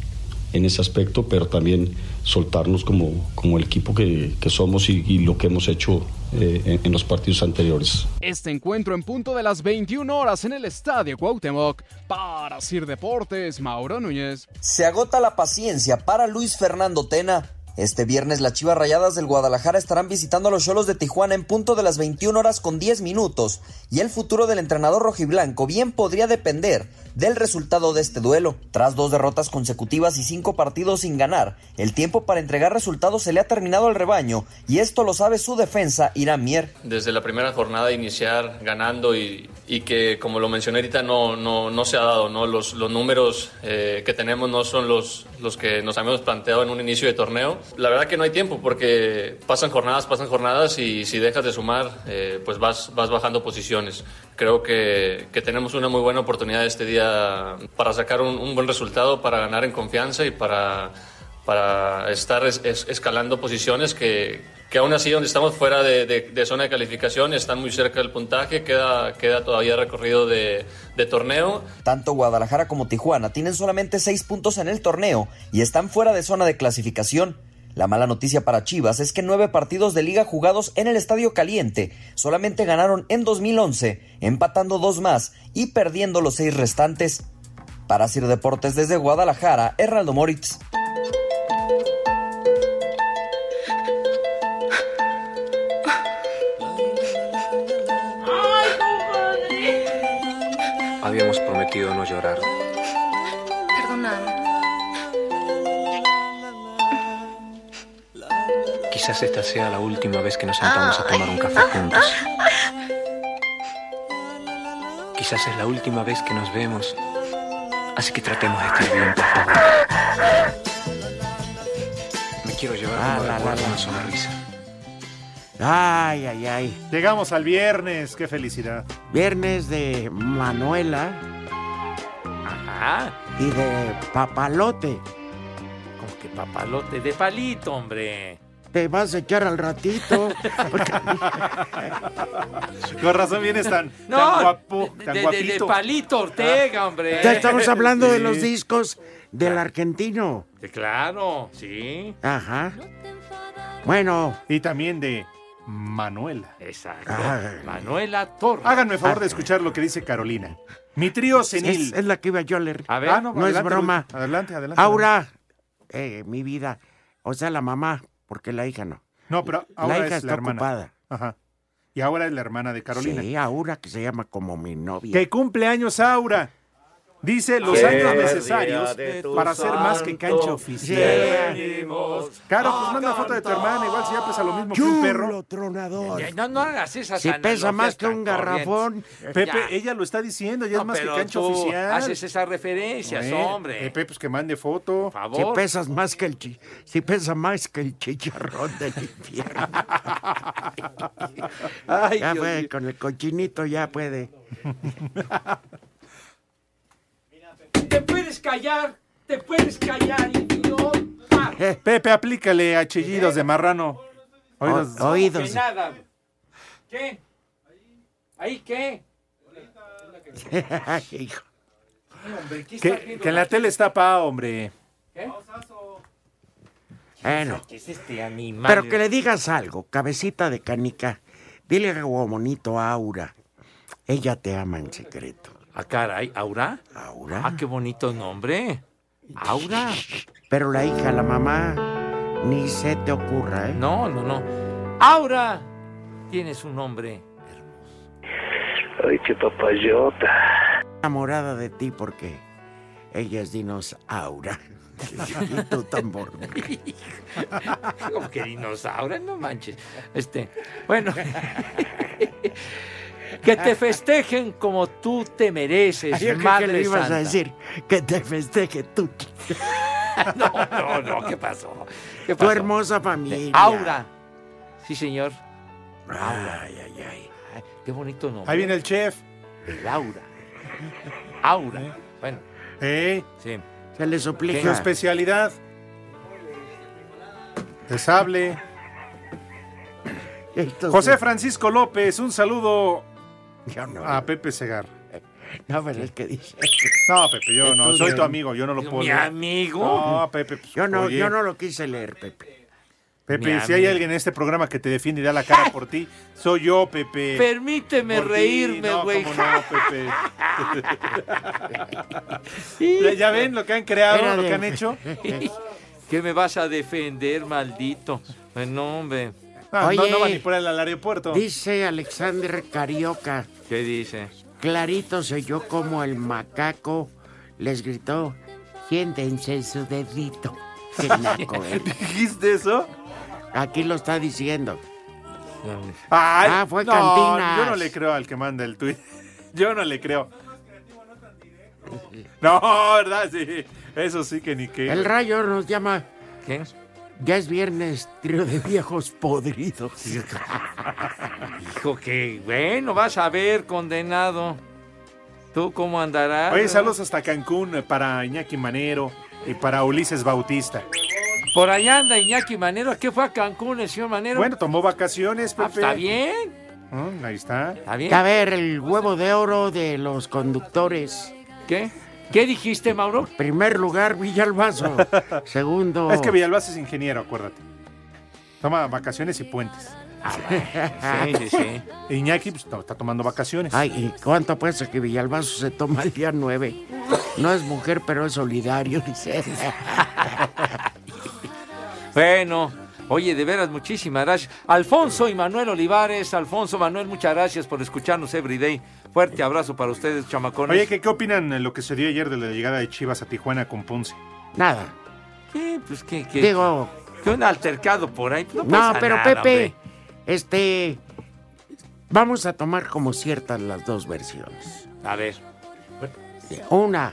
Speaker 7: en ese aspecto, pero también soltarnos como, como el equipo que, que somos y, y lo que hemos hecho eh, en- en los partidos anteriores.
Speaker 11: Este encuentro en punto de las 21 horas en el Estadio Cuauhtémoc. Para Sir Deportes, Mauro Núñez.
Speaker 10: Se agota la paciencia para Luis Fernando Tena. Este viernes las Chivas Rayadas del Guadalajara estarán visitando a los Cholos de Tijuana en punto de las 21 horas con 10 minutos y el futuro del entrenador rojiblanco bien podría depender del resultado de este duelo. Tras dos derrotas consecutivas y cinco partidos sin ganar, el tiempo para entregar resultados se le ha terminado al rebaño y esto lo sabe su defensa Irán Mier.
Speaker 11: Desde la primera jornada iniciar ganando y, y que, como lo mencioné ahorita, no, no, no se ha dado. ¿no? Los, los números eh, que tenemos no son los, los que nos habíamos planteado en un inicio de torneo. La verdad que no hay tiempo porque pasan jornadas, pasan jornadas y si dejas de sumar, eh, pues vas, vas bajando posiciones. Creo que, que tenemos una muy buena oportunidad este día para sacar un, un buen resultado, para ganar en confianza y para para estar es- es- escalando posiciones que, que aún así donde estamos fuera de, de- de zona de calificación, están muy cerca del puntaje, queda, queda todavía recorrido de, de torneo.
Speaker 10: Tanto Guadalajara como Tijuana tienen solamente seis puntos en el torneo y están fuera de zona de clasificación. La mala noticia para Chivas es que nueve partidos de liga jugados en el Estadio Caliente solamente ganaron en 2011, empatando dos más y perdiendo los seis restantes. Para Sir Deportes desde Guadalajara, Heraldo Moritz.
Speaker 11: Habíamos prometido no llorar.
Speaker 9: Perdóname.
Speaker 12: Quizás esta sea la última vez que nos sentamos a tomar un café juntos. Quizás es la última vez que nos vemos. Así que tratemos de estar bien, por favor. Me quiero llevar
Speaker 1: Ah,
Speaker 12: como
Speaker 1: la, la,
Speaker 12: recuerdo
Speaker 1: la.
Speaker 12: una sonrisa.
Speaker 1: Ay, ay, ay.
Speaker 5: Llegamos al viernes, qué felicidad.
Speaker 1: Viernes de Manuela.
Speaker 4: Ah,
Speaker 1: Y de papalote.
Speaker 4: Como que papalote de palito, hombre.
Speaker 1: Te vas a echar al ratito.
Speaker 5: Con razón vienes tan, tan
Speaker 4: No,
Speaker 5: guapo,
Speaker 4: de-
Speaker 5: tan
Speaker 4: de- de, de,
Speaker 5: guapito. Ah.
Speaker 4: palito Ortega, hombre.
Speaker 1: Ya estamos hablando de los
Speaker 4: Sí.
Speaker 1: discos del argentino.
Speaker 4: Sí, Claro, sí.
Speaker 1: Ajá. Bueno.
Speaker 5: Y también de Manuela.
Speaker 4: Exacto.
Speaker 5: Ay.
Speaker 4: Manuela Torres.
Speaker 5: Háganme el favor de escuchar lo que dice Carolina. Mi trío senil.
Speaker 1: Ah. Es, es la que iba yo a leer.
Speaker 4: A ver.
Speaker 5: Ah, no,
Speaker 1: no es
Speaker 5: adelante,
Speaker 1: broma.
Speaker 5: Luis. Adelante, adelante.
Speaker 1: Aura, eh, mi vida. O sea, la mamá, porque la hija no.
Speaker 5: No, pero Aura
Speaker 1: la hija
Speaker 5: es
Speaker 1: está
Speaker 5: la hermana.
Speaker 1: ocupada.
Speaker 5: Ajá. Y ahora es la hermana de Carolina.
Speaker 1: Sí, Aura, que se llama como mi novia.
Speaker 5: Que cumple años Aura. Dice los
Speaker 1: Qué
Speaker 5: años
Speaker 1: día
Speaker 5: necesarios
Speaker 1: de tu
Speaker 5: para ser más que cancha
Speaker 1: santo
Speaker 5: oficial.
Speaker 4: venimos
Speaker 5: Caro, pues manda foto de tu hermana, igual si ya pesa lo mismo que un perro.
Speaker 1: Chulo tronador.
Speaker 4: Ya, No, no hagas esas
Speaker 1: Si pesa
Speaker 4: analogías
Speaker 1: más que
Speaker 4: tan
Speaker 1: un garrafón.
Speaker 4: corrientes.
Speaker 5: Pepe,
Speaker 4: Ya.
Speaker 5: ella lo está diciendo, ya
Speaker 4: No,
Speaker 5: es más que
Speaker 4: pero
Speaker 5: cancha
Speaker 4: tú
Speaker 5: oficial.
Speaker 4: Haces esas referencias,
Speaker 5: Bueno,
Speaker 4: hombre.
Speaker 5: Pepe, pues que mande foto.
Speaker 4: Por favor.
Speaker 1: Si pesas más que el chi- si pesa más que el chicharrón del infierno.
Speaker 4: Ay,
Speaker 1: ya
Speaker 4: Dios
Speaker 1: puede,
Speaker 4: mío.
Speaker 1: con el cochinito ya puede.
Speaker 4: Te puedes callar, te puedes callar, idiota.
Speaker 5: Pepe, aplícale a chillidos de marrano. Oídos.
Speaker 1: O- oídos.
Speaker 4: Que nada. ¿Qué? ¿Ahí qué?
Speaker 1: Hijo.
Speaker 4: Hombre, ¿qué está
Speaker 5: Que,
Speaker 4: haciendo
Speaker 5: que en la tele está pa, hombre.
Speaker 4: ¿Qué?
Speaker 1: Bueno,
Speaker 4: ¿Qué es este animal?
Speaker 1: pero que le digas algo, cabecita de canica. Dile algo bonito a Aura. Ella te ama en secreto.
Speaker 4: Ah, caray, ¿Aura? Ah,
Speaker 1: Aura.
Speaker 4: qué bonito nombre. ¿Aura?
Speaker 1: Pero la hija, la mamá, ni se te ocurra, ¿eh?
Speaker 4: No, no, no. ¡Aura! Tienes un nombre.
Speaker 13: Ay, qué papayota.
Speaker 1: Enamorada de ti porque ella es dinos Aura. y tú tambor.
Speaker 4: Como que dinosaurio, no manches. Este, bueno. que te festejen como tú te mereces,
Speaker 1: Yo creo que
Speaker 4: madre
Speaker 1: le ibas
Speaker 4: santa.
Speaker 1: a decir que te festeje tú,
Speaker 4: No, no, no, ¿qué pasó? ¿Qué
Speaker 1: tu
Speaker 4: pasó?
Speaker 1: hermosa familia.
Speaker 4: Aura. Sí, señor. Aura.
Speaker 1: Ay, ay, ay.
Speaker 4: Ay, qué bonito nombre.
Speaker 5: Ahí viene el chef.
Speaker 4: El aura. Aura. Bueno,
Speaker 5: ¿Eh?
Speaker 4: sí.
Speaker 1: Se le
Speaker 5: Su
Speaker 1: suplica.
Speaker 5: especialidad. De sable.
Speaker 1: Entonces,
Speaker 5: José Francisco López, un saludo
Speaker 1: yo no,
Speaker 5: a Pepe Segar.
Speaker 1: no, pero es que dice.
Speaker 5: No, Pepe, yo no, soy tu amigo, yo no lo puedo
Speaker 4: Mi
Speaker 5: leer.
Speaker 4: amigo.
Speaker 5: No, Pepe, pues,
Speaker 1: Yo no,
Speaker 5: oye,
Speaker 1: yo no lo quise leer, Pepe.
Speaker 5: Pepe,
Speaker 4: Mi
Speaker 5: si hay
Speaker 4: amigo.
Speaker 5: alguien en este programa que te defiende y da la cara por ti, soy yo, Pepe.
Speaker 4: Permíteme
Speaker 5: Por ti,
Speaker 4: reírme,
Speaker 5: no,
Speaker 4: güey.
Speaker 5: cómo no, Pepe. Ya- ¿Ya ven lo que han creado,
Speaker 1: Era
Speaker 5: lo
Speaker 1: de-
Speaker 5: que han hecho?
Speaker 4: ¿Qué me vas a defender, maldito? Bueno, hombre.
Speaker 5: No, Ah, no,
Speaker 1: Oye.
Speaker 5: no van ni por el al aeropuerto.
Speaker 1: Dice Alexander Carioca.
Speaker 4: ¿Qué dice?
Speaker 1: Clarito se oyó como el macaco les gritó: siéntense su dedito. Qué naco, ¿eh?
Speaker 5: ¿Dijiste eso?
Speaker 1: Aquí lo está diciendo.
Speaker 5: Ay,
Speaker 1: Ah, fue
Speaker 5: no,
Speaker 1: Cantinas.
Speaker 5: Yo no le creo al que manda el tuit. Yo no le creo. No, ¿verdad? Sí. Eso sí que ni que.
Speaker 1: El rayo nos llama.
Speaker 4: ¿Qué?
Speaker 1: Ya es viernes, trío de viejos podridos.
Speaker 4: Hijo, qué bueno, vas a ver, condenado. ¿Tú cómo andarás?
Speaker 5: Oye, saludos hasta Cancún eh, para Iñaki Manero y para Ulises Bautista.
Speaker 4: Por allá anda Iñaki Manero. ¿A qué fue a Cancún el señor Manero?
Speaker 5: Bueno, tomó vacaciones,
Speaker 4: Ah,
Speaker 5: Pepe.
Speaker 4: está bien,
Speaker 5: Mm, ahí está.
Speaker 4: está bien.
Speaker 1: A ver, el huevo de oro de los conductores.
Speaker 4: ¿Qué? ¿Qué dijiste, Mauro?
Speaker 1: Primer lugar, Villalbazo. Segundo.
Speaker 5: Es que Villalbaz es ingeniero, acuérdate. Toma vacaciones y puentes.
Speaker 1: Ah,
Speaker 4: Sí, sí, sí.
Speaker 5: Iñaki pues, no, está tomando vacaciones.
Speaker 1: Ay, ¿y cuánto apuesto que Villalbazo se toma el día 9? No es mujer, pero es solidario, dice.
Speaker 4: Bueno, oye, de veras, muchísimas gracias. Alfonso y Manuel Olivares, Alfonso, Manuel, muchas gracias por escucharnos everyday. Fuerte abrazo para ustedes, chamacones.
Speaker 5: Oye, ¿qué, ¿qué opinan de lo que se dio ayer de la llegada de Chivas a Tijuana con Ponce?
Speaker 1: Nada.
Speaker 4: ¿qué? Pues, ¿qué, qué?
Speaker 1: Digo,
Speaker 4: que un altercado por ahí. No,
Speaker 1: No,
Speaker 4: pasa
Speaker 1: pero
Speaker 4: nada,
Speaker 1: Pepe,
Speaker 4: hombre.
Speaker 1: este. Vamos a tomar como ciertas las dos versiones.
Speaker 4: A ver.
Speaker 1: Una,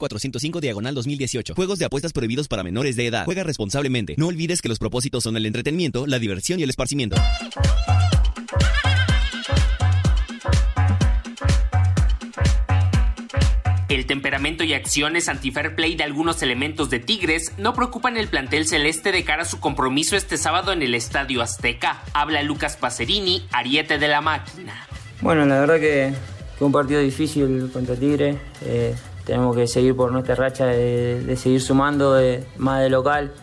Speaker 14: 405 diagonal 2018. Juegos de apuestas prohibidos para menores de edad. Juega responsablemente. No olvides que los propósitos son el entretenimiento, la diversión y el esparcimiento.
Speaker 15: El temperamento y acciones anti-fair play de algunos elementos de Tigres no preocupan el plantel celeste de cara a su compromiso este sábado en el Estadio Azteca. Habla Lucas Pacerini, ariete de la máquina.
Speaker 16: Bueno, la verdad que, que un partido difícil contra Tigre. Eh, tenemos que seguir por nuestra racha de, de seguir sumando de- más de local,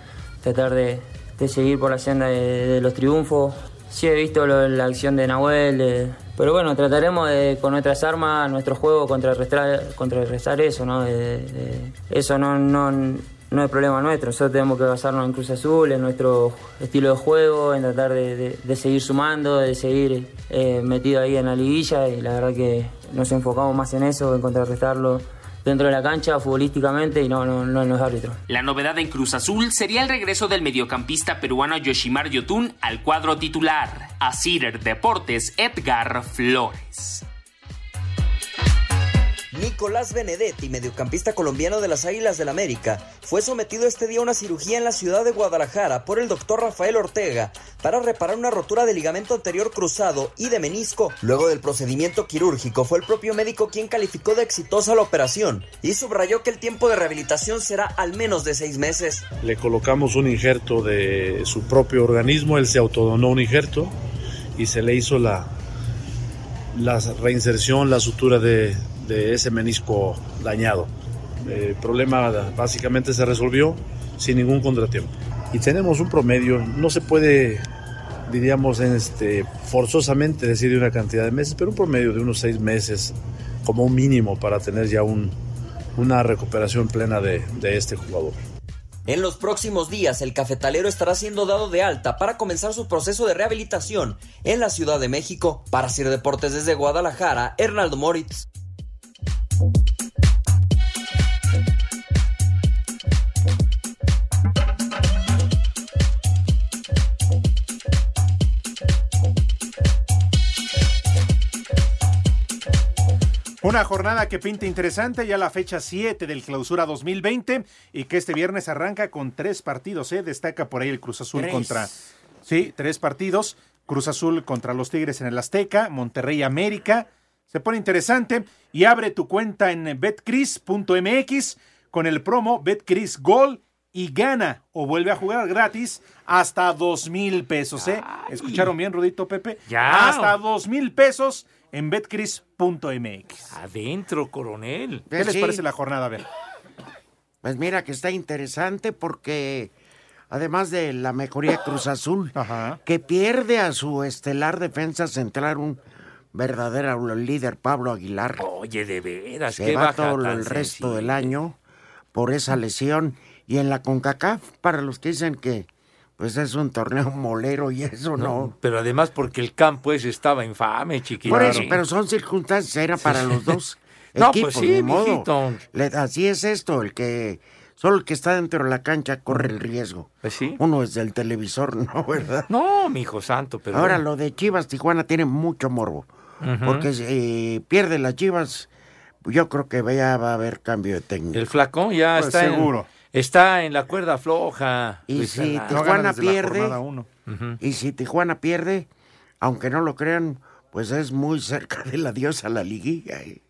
Speaker 16: tratar de, de seguir por la senda de, de los triunfos. Sí he visto lo- la acción de Nahuel, eh, pero bueno, trataremos de, con nuestras armas, nuestro juego, contrarrestar, contrarrestar eso, ¿no? De- de- eso no, no, no es problema nuestro. Nosotros tenemos que basarnos en Cruz Azul, en nuestro estilo de juego, en tratar de, de- de seguir sumando, de seguir eh, metido ahí en la liguilla y la verdad que nos enfocamos más en eso, en contrarrestarlo dentro de la cancha, futbolísticamente y no, no, no en los árbitros.
Speaker 15: La novedad en Cruz Azul sería el regreso del mediocampista peruano Yoshimar Yotun al cuadro titular. A Cider Deportes, Edgar Flores.
Speaker 10: Nicolás Benedetti, mediocampista colombiano de las Águilas del América, fue sometido este día a una cirugía en la ciudad de Guadalajara por el doctor Rafael Ortega para reparar una rotura de ligamento anterior cruzado y de menisco. Luego del procedimiento quirúrgico fue el propio médico quien calificó de exitosa la operación y subrayó que el tiempo de rehabilitación será al menos de seis meses.
Speaker 17: Le colocamos un injerto de su propio organismo, él se autodonó un injerto y se le hizo la, la reinserción, la sutura de, de ese menisco dañado. Eh, El problema básicamente se resolvió sin ningún contratiempo. Y tenemos un promedio, no se puede, diríamos, este, forzosamente decir de una cantidad de meses, pero un promedio de unos seis meses como un mínimo para tener ya un- una recuperación plena de- de este jugador.
Speaker 10: En los próximos días, el cafetalero estará siendo dado de alta para comenzar su proceso de rehabilitación en la Ciudad de México. Para Sir Deportes desde Guadalajara, Hernaldo Moritz.
Speaker 5: Una jornada que pinta interesante ya la fecha 7 del clausura 2020 y que este viernes arranca con tres partidos. ¿eh? Destaca por ahí el Cruz Azul
Speaker 18: Tres.
Speaker 5: contra... Sí, tres partidos. Cruz Azul contra los Tigres en el Azteca, Monterrey América. Se pone interesante y abre tu cuenta en betcris.mx con el promo Betcris Gol y gana o vuelve a jugar gratis hasta dos mil pesos. ¿eh? ¿Escucharon bien, Rudito Pepe?
Speaker 4: Ya.
Speaker 5: Hasta dos mil pesos en betcris.mx.
Speaker 4: Adentro, coronel.
Speaker 5: ¿Qué les
Speaker 1: Sí.
Speaker 5: parece la jornada? A ver.
Speaker 1: Pues mira que está interesante porque además de la mejoría Cruz Azul, que pierde a su estelar defensa central un verdadero líder Pablo Aguilar.
Speaker 4: Oye, de veras,
Speaker 1: Se
Speaker 4: qué
Speaker 1: va
Speaker 4: Oh, baja
Speaker 1: todo
Speaker 4: tan
Speaker 1: el resto
Speaker 4: sensible.
Speaker 1: del año por esa lesión y en la CONCACAF para los que dicen que pues es un torneo molero y eso no.
Speaker 4: Pero además porque el campo ese estaba infame, chiquito.
Speaker 1: Por eso, pero son circunstancias, era para los dos
Speaker 4: No,
Speaker 1: equipos,
Speaker 4: pues sí,
Speaker 1: ni modo.
Speaker 4: mijito.
Speaker 1: Le- así es esto, el que solo el que está dentro de la cancha corre el riesgo. Uno es del televisor, ¿no, verdad?
Speaker 4: Pues No, mi hijo santo, pero...
Speaker 1: Ahora
Speaker 4: bueno.
Speaker 1: lo de Chivas Tijuana tiene mucho morbo,
Speaker 4: Ujú.
Speaker 1: porque si eh, pierde las Chivas, yo creo que ya va a haber cambio de técnico.
Speaker 4: El flacón ya
Speaker 1: Pues
Speaker 4: está,
Speaker 1: seguro.
Speaker 4: En, está en la cuerda floja.
Speaker 1: Y
Speaker 4: Luis
Speaker 1: si
Speaker 4: Fernando.
Speaker 1: Tijuana pierde,
Speaker 4: Ujú.
Speaker 1: y si Tijuana pierde, aunque no lo crean, pues es muy cerca del adiós a la liguilla. ¿eh?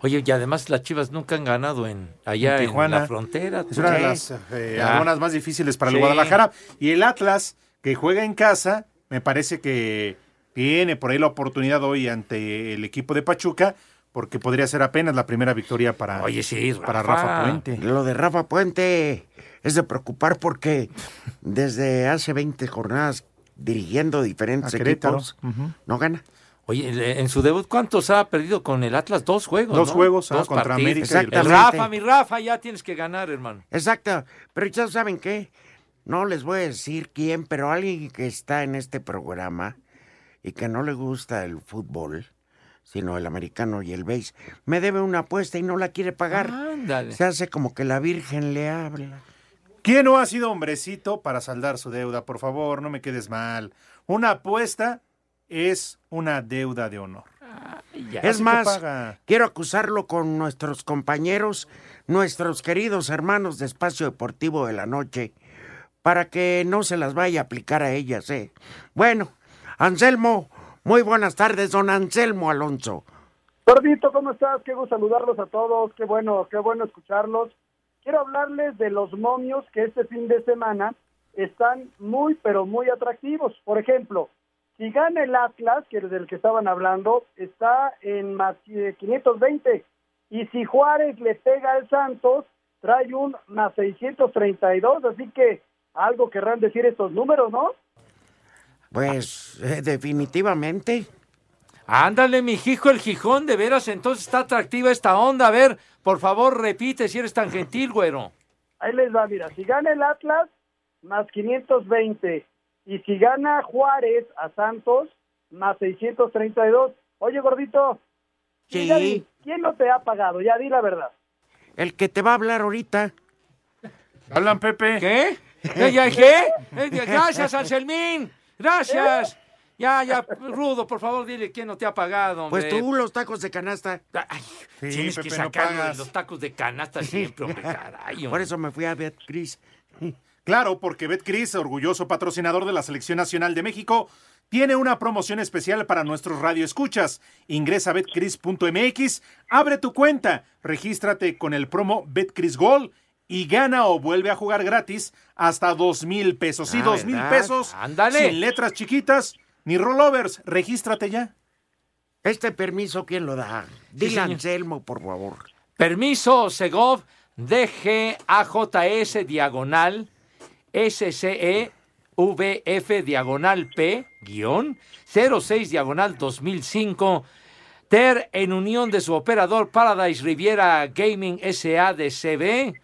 Speaker 4: Oye, y además las Chivas nunca han ganado en allá en,
Speaker 5: Tijuana.
Speaker 4: la frontera.
Speaker 5: Es una de
Speaker 4: ¿sí?
Speaker 5: las eh,
Speaker 4: Ya.
Speaker 5: aduanas más difíciles para
Speaker 4: Sí.
Speaker 5: el Guadalajara. Y el Atlas, que juega en casa, me parece que tiene por ahí la oportunidad hoy ante el equipo de Pachuca, porque podría ser apenas la primera victoria para, para Rafa Puente.
Speaker 1: Lo de Rafa Puente es de preocupar porque desde hace 20 jornadas dirigiendo diferentes
Speaker 4: A Querétaro.
Speaker 1: equipos, no gana.
Speaker 4: Oye, le- en su debut, ¿cuántos ha perdido con el Atlas? Dos juegos.
Speaker 1: Dos
Speaker 4: ¿no?
Speaker 1: juegos, ah, contra
Speaker 4: partidos.
Speaker 1: América y el
Speaker 4: Exactamente.
Speaker 1: Puebla.
Speaker 4: Rafa, mi Rafa, ya tienes que ganar, hermano.
Speaker 1: Exacto. Pero ya saben qué. No les voy a decir quién, pero alguien que está en este programa y que no le gusta el fútbol, sino el americano y el base, me debe una apuesta y no la quiere pagar.
Speaker 4: Ándale.
Speaker 1: Se hace como que la Virgen le habla.
Speaker 5: ¿Quién no ha sido hombrecito para saldar su deuda? Por favor, no me quedes mal. Una apuesta es una deuda de honor.
Speaker 1: es
Speaker 5: Así que
Speaker 1: más,
Speaker 5: paga.
Speaker 1: quiero acusarlo con nuestros compañeros, nuestros queridos hermanos de Espacio Deportivo de la Noche, para que no se las vaya a aplicar a ellas, ¿eh? Bueno, Anselmo, muy buenas tardes, don Anselmo Alonso.
Speaker 19: Gordito, ¿cómo estás? Qué gusto saludarlos a todos, qué bueno, qué bueno escucharlos. Quiero hablarles de los momios que este fin de semana están muy, pero muy atractivos. Por ejemplo, si gana el Atlas, que es del que estaban hablando, está en más eh, 520. Y si Juárez le pega al Santos, trae un más 632. Así que algo querrán decir estos números, ¿no?
Speaker 1: Pues, eh, definitivamente.
Speaker 4: Ándale, mi hijo, el Gijón, de veras, entonces está atractiva esta onda. A ver, por favor, repite si eres tan gentil, güero.
Speaker 19: Ahí les va, mira, si gana el Atlas, más 520. Y si gana Juárez a Santos, más 632. Oye, gordito,
Speaker 1: Sí.
Speaker 19: ya di, ¿quién no te ha pagado? Ya di la verdad.
Speaker 1: El que te va a hablar ahorita.
Speaker 5: Hablan, Pepe.
Speaker 4: ¿Qué? Eh, ya, ¿Qué? Eh, ya, Gracias, Anselmín.
Speaker 1: Eh.
Speaker 4: Gracias. Ya, ya, Rudo, por favor, dile quién no te ha pagado, hombre.
Speaker 1: Pues tú los tacos de canasta.
Speaker 4: Tienes que sacarlo de los tacos de canasta siempre, hombre, caray, hombre.
Speaker 1: Por eso me fui a Betcris.
Speaker 5: Claro, porque BetCris, orgulloso patrocinador de la Selección Nacional de México, tiene una promoción especial para nuestros radioescuchas. Ingresa a betcris.mx, abre tu cuenta, regístrate con el promo BetCris Gol y gana o vuelve a jugar gratis hasta dos mil pesos. Sí,
Speaker 4: Ah,
Speaker 5: dos mil
Speaker 4: ¿verdad?
Speaker 5: pesos.
Speaker 4: Ándale.
Speaker 5: Sin letras chiquitas ni rollovers. Regístrate ya.
Speaker 1: Este permiso, ¿quién lo da? Dile
Speaker 4: señor.
Speaker 1: Anselmo, por favor.
Speaker 4: Permiso Segov DGAJS diagonal SCE VF diagonal P guión 06 diagonal 2005 TER en unión de su operador Paradise Riviera Gaming SA de CB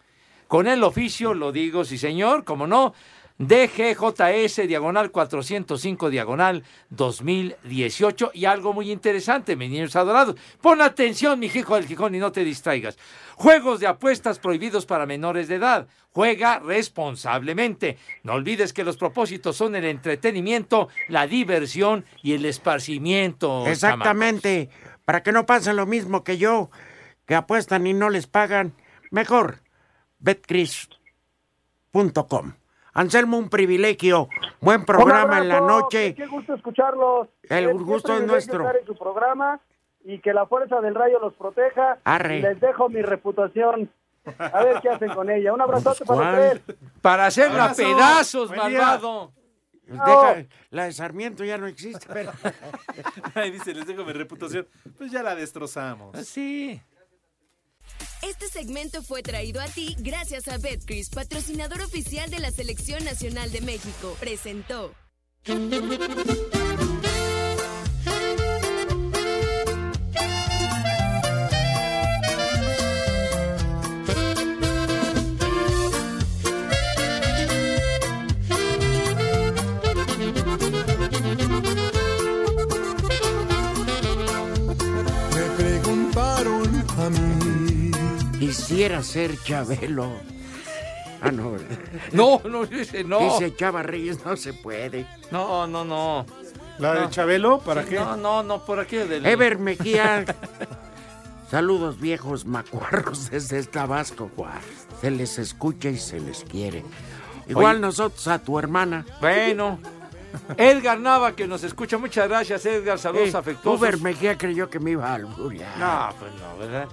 Speaker 4: con el oficio, lo digo, sí señor, como no, DGJS diagonal 405 diagonal 2018. Y algo muy interesante, mis niños adorados. Pon atención, mi hijo del Gijón, y no te distraigas. Juegos de apuestas prohibidos para menores de edad. Juega responsablemente. No olvides que los propósitos son el entretenimiento, la diversión y el esparcimiento.
Speaker 1: Exactamente. Para que no pase lo mismo que yo, que apuestan y no les pagan. Mejor, betcris.com. Anselmo, un privilegio. Buen programa
Speaker 19: Un
Speaker 1: en la
Speaker 19: abrazo,
Speaker 1: noche.
Speaker 19: Qué gusto escucharlos.
Speaker 1: El
Speaker 19: Qué- qué
Speaker 1: gusto es
Speaker 19: privilegio
Speaker 1: nuestro.
Speaker 19: estar en su programa y que la fuerza del rayo los proteja.
Speaker 1: Arre.
Speaker 19: Y les dejo mi reputación. A ver qué hacen con ella. Un abrazote para
Speaker 1: ¿Cuál?
Speaker 19: ustedes.
Speaker 4: Para hacerla
Speaker 1: Abrazo.
Speaker 4: pedazos,
Speaker 1: Buen día.
Speaker 4: malvado.
Speaker 1: Pues Deja- la de Sarmiento ya no existe, pero...
Speaker 5: Ahí dice, les dejo mi reputación. Pues ya la destrozamos.
Speaker 4: Sí.
Speaker 20: Este segmento fue traído a ti gracias a Betcris, patrocinador oficial de la Selección Nacional de México. Presentó.
Speaker 3: Me preguntaron a mí.
Speaker 1: Quisiera ser Chabelo. Ah, no. ¿verdad?
Speaker 4: No, no, dice, no.
Speaker 1: Dice Chava Reyes, no se puede.
Speaker 4: No, no, no.
Speaker 5: ¿La
Speaker 4: de
Speaker 5: Chabelo? ¿Para
Speaker 4: Sí, No, no, no, por aquí. Del...
Speaker 1: Ever Mejía. Saludos viejos macuarros desde Tabasco. Se les escucha y se les quiere. Igual
Speaker 4: Oye.
Speaker 1: nosotros a tu hermana.
Speaker 4: Bueno, Edgar Nava, que nos escucha, muchas gracias, Edgar. Saludos
Speaker 1: Eh,
Speaker 4: afectuosos.
Speaker 1: Uber Mejía creyó que me iba a alburear.
Speaker 4: No, pues no, ¿verdad?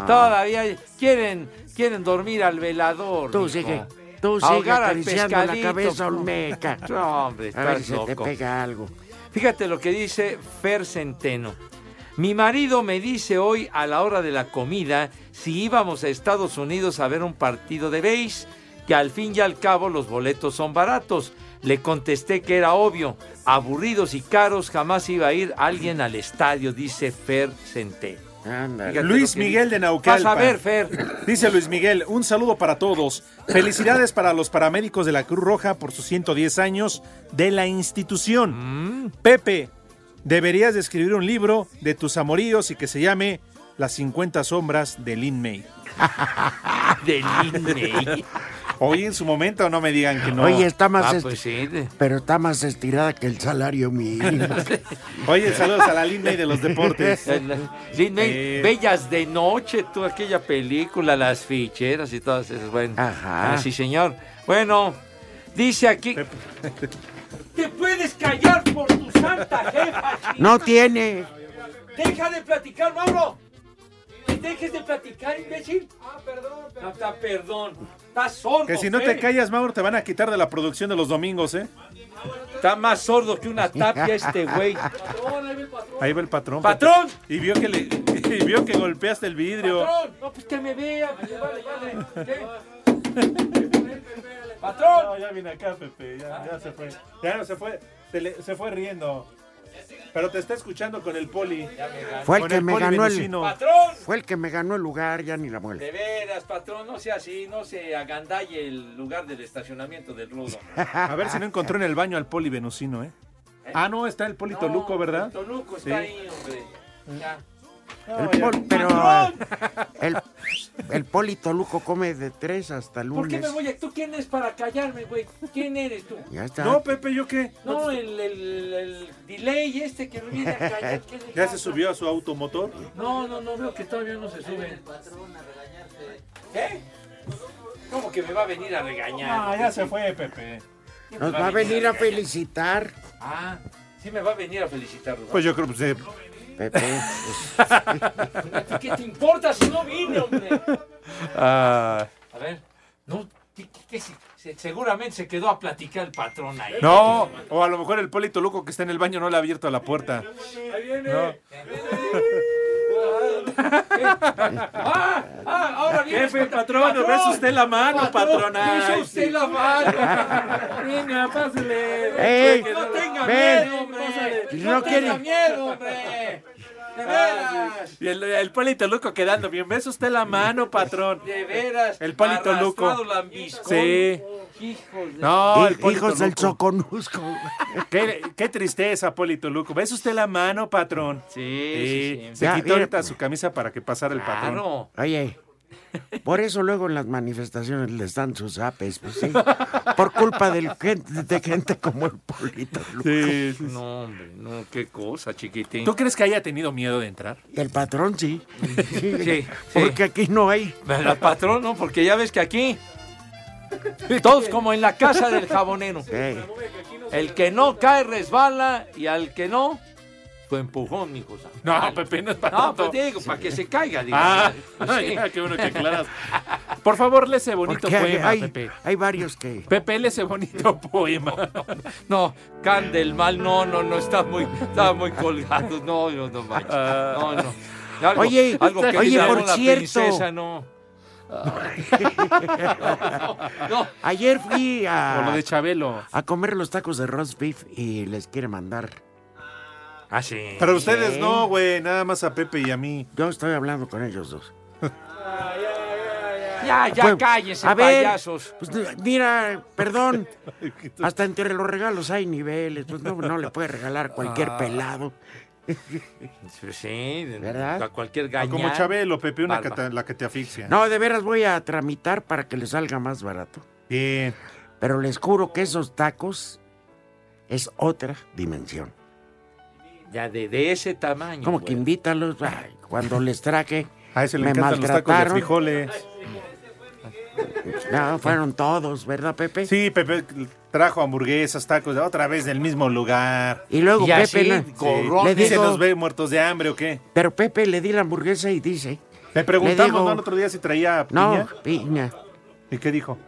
Speaker 1: No.
Speaker 4: Todavía quieren, quieren dormir al velador.
Speaker 1: Tú
Speaker 4: mijo.
Speaker 1: sigue, tú sigue
Speaker 4: Ahogar al
Speaker 1: acariciando la
Speaker 4: pescadito,
Speaker 1: cabeza
Speaker 4: no.
Speaker 1: olmeca.
Speaker 4: No, hombre,
Speaker 1: A
Speaker 4: estás
Speaker 1: ver si se te
Speaker 4: loco.
Speaker 1: pega algo.
Speaker 4: Fíjate lo que dice Fer Centeno. Mi marido me dice hoy a la hora de la comida si íbamos a Estados Unidos a ver un partido de béis, que al fin y al cabo los boletos son baratos. Le contesté que era obvio, aburridos y caros, jamás iba a ir alguien al estadio, dice Fer Centeno. Fíjate lo
Speaker 5: Luis
Speaker 4: que
Speaker 5: Miguel
Speaker 4: dice.
Speaker 5: de Naucalpan.
Speaker 4: Vas a ver, Fer.
Speaker 5: Dice Luis Miguel, un saludo para todos. Felicidades para los paramédicos de la Cruz Roja por sus 110 años de la institución. Pepe, deberías de escribir un libro de tus amoríos y que se llame Las 50 sombras del Inmei.
Speaker 4: del Inmei.
Speaker 5: Hoy en su momento no me digan que no. Ah, pues
Speaker 1: Oye, está más est-
Speaker 4: sí.
Speaker 1: Pero está más estirada que el salario mínimo.
Speaker 5: Oye, saludos a la Lin May de los deportes.
Speaker 4: Lin May,
Speaker 5: Eh.
Speaker 4: Bellas de Noche, tú, aquella película, las ficheras y todas esas. Bueno,
Speaker 1: Ajá.
Speaker 4: Ah, sí, señor. Bueno, dice aquí. ¡Te puedes callar por tu santa jefa! chi-
Speaker 1: No tiene.
Speaker 4: ¡Deja de platicar, Mauro! ¡Que dejes de platicar, imbécil! Ah, perdón, perdón. perdón. Estás sordo.
Speaker 5: Que si no
Speaker 4: Fer.
Speaker 5: te callas, Mauro, te van a quitar de la producción de los domingos, ¿eh?
Speaker 4: Está más sordo que una tapia este güey.
Speaker 5: Ahí va el patrón.
Speaker 4: ¡Patrón!
Speaker 5: Y vio que le y vio que golpeaste el vidrio.
Speaker 4: ¡Patrón! No, pues que me vea. pues, vale, vale. ¿Qué? ¡Patrón!
Speaker 5: No, ya viene acá, Pepe. Ya, ya se fue. Ya no se fue. Se, le- se fue riendo. Pero te está escuchando con el poli.
Speaker 1: Fue el
Speaker 5: Con
Speaker 1: que me
Speaker 5: poli
Speaker 1: ganó el.
Speaker 5: venecino.
Speaker 1: Fue el que me ganó el lugar, ya ni la vuelta.
Speaker 4: De veras, patrón, no sea así, no se agandalle el lugar del estacionamiento del rudo. ¿Eh?
Speaker 5: A ver si no encontró en el baño al poli venusino, ¿eh? Ah, no, está el poli Toluco, ¿verdad?
Speaker 4: Toluco
Speaker 5: Sí.
Speaker 4: está ahí, hombre. Ya.
Speaker 1: El
Speaker 4: ya.
Speaker 1: pol- pero
Speaker 4: ¡Patrón!
Speaker 1: el, el Polito Luco come de tres hasta lunes.
Speaker 4: ¿Por qué me voy a... ¿Tú quién eres para callarme, güey? ¿Quién eres tú?
Speaker 1: Ya está.
Speaker 5: No, Pepe, ¿yo qué?
Speaker 4: No, el, el- el delay este que no viene a callar. ¿qué le
Speaker 5: ¿Ya
Speaker 4: pasa?
Speaker 5: se subió a su automotor?
Speaker 4: No, no, no, veo que todavía no se sube. ¿Qué? ¿Cómo que me va a venir a regañar?
Speaker 5: Ah, ya se fue, Pepe.
Speaker 1: Nos va a venir a felicitar,
Speaker 4: Ah, sí me va a venir a felicitar, Rubén.
Speaker 5: Pues yo creo que se-
Speaker 1: Pepe. pues.
Speaker 4: Pues, ¿Qué te importa si no vine, hombre?
Speaker 5: Ah,
Speaker 4: A ver, no, ¿qué- qué- qué se- se- seguramente se quedó a platicar el patrón ahí.
Speaker 5: no, o a lo mejor el poli Toluco que está en el baño no le ha abierto la puerta.
Speaker 4: Ahí viene.
Speaker 5: No.
Speaker 4: Ah, ah, ahora viene.
Speaker 5: Jefe, patrón, no ves usted la mano, patrona.
Speaker 4: Hizo usted la mano. Venga, pásale.
Speaker 1: ¡Ey!
Speaker 4: no tenga
Speaker 1: ven.
Speaker 4: miedo, hombre.
Speaker 1: Si
Speaker 4: No,
Speaker 1: no
Speaker 4: tenga
Speaker 1: quiere-
Speaker 4: miedo, hombre. De veras.
Speaker 5: Y el, el poli Toluco quedando bien. ¿Ves usted la mano, patrón?
Speaker 4: De veras.
Speaker 5: El palito loco.
Speaker 4: Arrastrado lambiscón.
Speaker 5: Sí.
Speaker 4: Hijos de-
Speaker 5: No, el
Speaker 1: Hi-
Speaker 5: Poli
Speaker 1: Hijos del
Speaker 5: Toluco.
Speaker 1: Soconusco.
Speaker 5: Qué, qué tristeza, Poli Toluco. ¿Ves usted la mano, patrón?
Speaker 4: Sí,
Speaker 5: Sí,
Speaker 4: sí, sí.
Speaker 5: Se
Speaker 1: Ya,
Speaker 5: quitó
Speaker 1: mira.
Speaker 5: ahorita su camisa para que pasara el patrón.
Speaker 4: Claro.
Speaker 1: Oye, por eso luego en las manifestaciones les dan sus apes, pues sí. Por culpa del gen- de gente como el Polito Luco.
Speaker 5: Sí, sí, sí.
Speaker 4: No, hombre, no, qué cosa, chiquitín.
Speaker 5: ¿Tú crees que haya tenido miedo de entrar?
Speaker 1: El patrón sí.
Speaker 4: sí.
Speaker 1: Porque aquí no hay.
Speaker 4: ¿Verdad, patrón? No, porque ya ves que aquí. Todos como en la casa del jabonero.
Speaker 1: Ey,
Speaker 4: El que no cae resbala y al que no, tu empujón, mi cosa.
Speaker 5: No, Pepe, no es para
Speaker 4: No,
Speaker 5: tanto.
Speaker 4: pues digo, para que se caiga, digo.
Speaker 5: Ah,
Speaker 4: Sí.
Speaker 5: ya, qué bueno que aclaras. Por favor, léese bonito
Speaker 1: porque hay,
Speaker 5: poema,
Speaker 1: hay-
Speaker 5: Pepe.
Speaker 1: hay varios que.
Speaker 5: Pepe, léese bonito poema.
Speaker 4: No, Can del Mal, no, no, no, está muy, está muy colgado. No, no, no, manches. No, no. Algo,
Speaker 1: Ah. Oye,
Speaker 4: algo que
Speaker 1: oye,
Speaker 4: le llamó
Speaker 1: por
Speaker 4: la
Speaker 1: cierto.
Speaker 4: princesa, no. No,
Speaker 1: Ayer fui
Speaker 5: O lo
Speaker 1: a,
Speaker 5: de Chabelo.
Speaker 1: a comer los tacos de roast beef y les quiere mandar. ¿Eh?
Speaker 4: Ah, sí.
Speaker 5: Pero ustedes no, güey. Nada más a Pepe y a mí.
Speaker 1: Yo estoy hablando con ellos dos.
Speaker 4: Ya, ya
Speaker 1: Pues,
Speaker 4: cállense,
Speaker 1: a ver,
Speaker 4: payasos.
Speaker 1: Pues no, mira, perdón, hasta entre los regalos hay niveles, pues no, no le puedes regalar a cualquier
Speaker 4: Ah.
Speaker 1: pelado.
Speaker 4: Sí,
Speaker 1: ¿Verdad?
Speaker 4: a cualquier
Speaker 5: Ah,
Speaker 4: gañán.
Speaker 5: Como Chabelo, Pepe, una que
Speaker 4: Barba.
Speaker 5: te- la que te asfixia.
Speaker 1: No, de veras voy a tramitar para que le salga más barato.
Speaker 5: Bien.
Speaker 1: Pero les juro que esos tacos es otra dimensión.
Speaker 4: Ya de, de ese tamaño.
Speaker 1: Como que
Speaker 4: güey.
Speaker 1: invítalos, ay, cuando les traje,
Speaker 5: A ese le
Speaker 1: me
Speaker 5: encantan los tacos de
Speaker 1: maltrataron.
Speaker 5: frijoles.
Speaker 1: No, fueron todos, ¿verdad, Pepe?
Speaker 5: Sí, Pepe, Trajo hamburguesas, tacos, otra vez del mismo lugar.
Speaker 1: Y luego, qué pena. Le
Speaker 5: ¿Qué se
Speaker 1: digo-
Speaker 5: nos ve muertos de hambre o qué?
Speaker 1: Pero Pepe le di la hamburguesa y dice.
Speaker 5: Le preguntamos ¿no? el otro día si traía piña.
Speaker 1: No, piña.
Speaker 5: ¿Y qué dijo?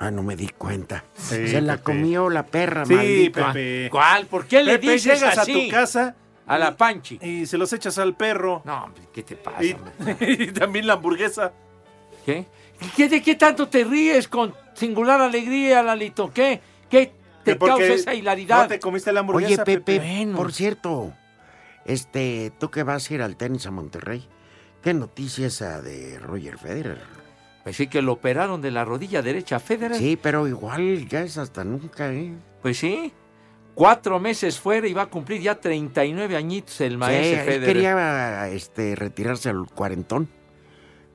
Speaker 1: Ah, no me di cuenta.
Speaker 5: Sí,
Speaker 1: Se la
Speaker 5: Pepe.
Speaker 1: comió la perra,
Speaker 5: Sí,
Speaker 1: maldita.
Speaker 5: Pepe.
Speaker 4: ¿Cuál? ¿Por qué le
Speaker 5: Pepe,
Speaker 4: dices
Speaker 5: llegas
Speaker 4: así?
Speaker 5: a tu casa.
Speaker 4: A la panchi.
Speaker 5: Y se los echas al perro.
Speaker 4: No, hombre, ¿qué te pasa?
Speaker 5: Y, y también la hamburguesa.
Speaker 4: ¿Qué? ¿Qué- ¿De qué tanto te ríes con singular alegría, Lalito? ¿Qué? ¿Qué te
Speaker 5: Que porque
Speaker 4: causa esa hilaridad?
Speaker 5: No te comiste la hamburguesa,
Speaker 1: Oye, Pepe,
Speaker 4: Bueno.
Speaker 1: por cierto, este, tú que vas a ir al tenis a Monterrey, ¿qué noticia esa de Roger Federer?
Speaker 4: Pues sí, que lo operaron de la rodilla derecha a Federer.
Speaker 1: Sí, pero igual ya es hasta nunca, ¿eh?
Speaker 4: Pues sí. Cuatro meses fuera y va a cumplir ya 39 añitos el maestro
Speaker 1: Sí, él
Speaker 4: Federer.
Speaker 1: quería este, retirarse al cuarentón.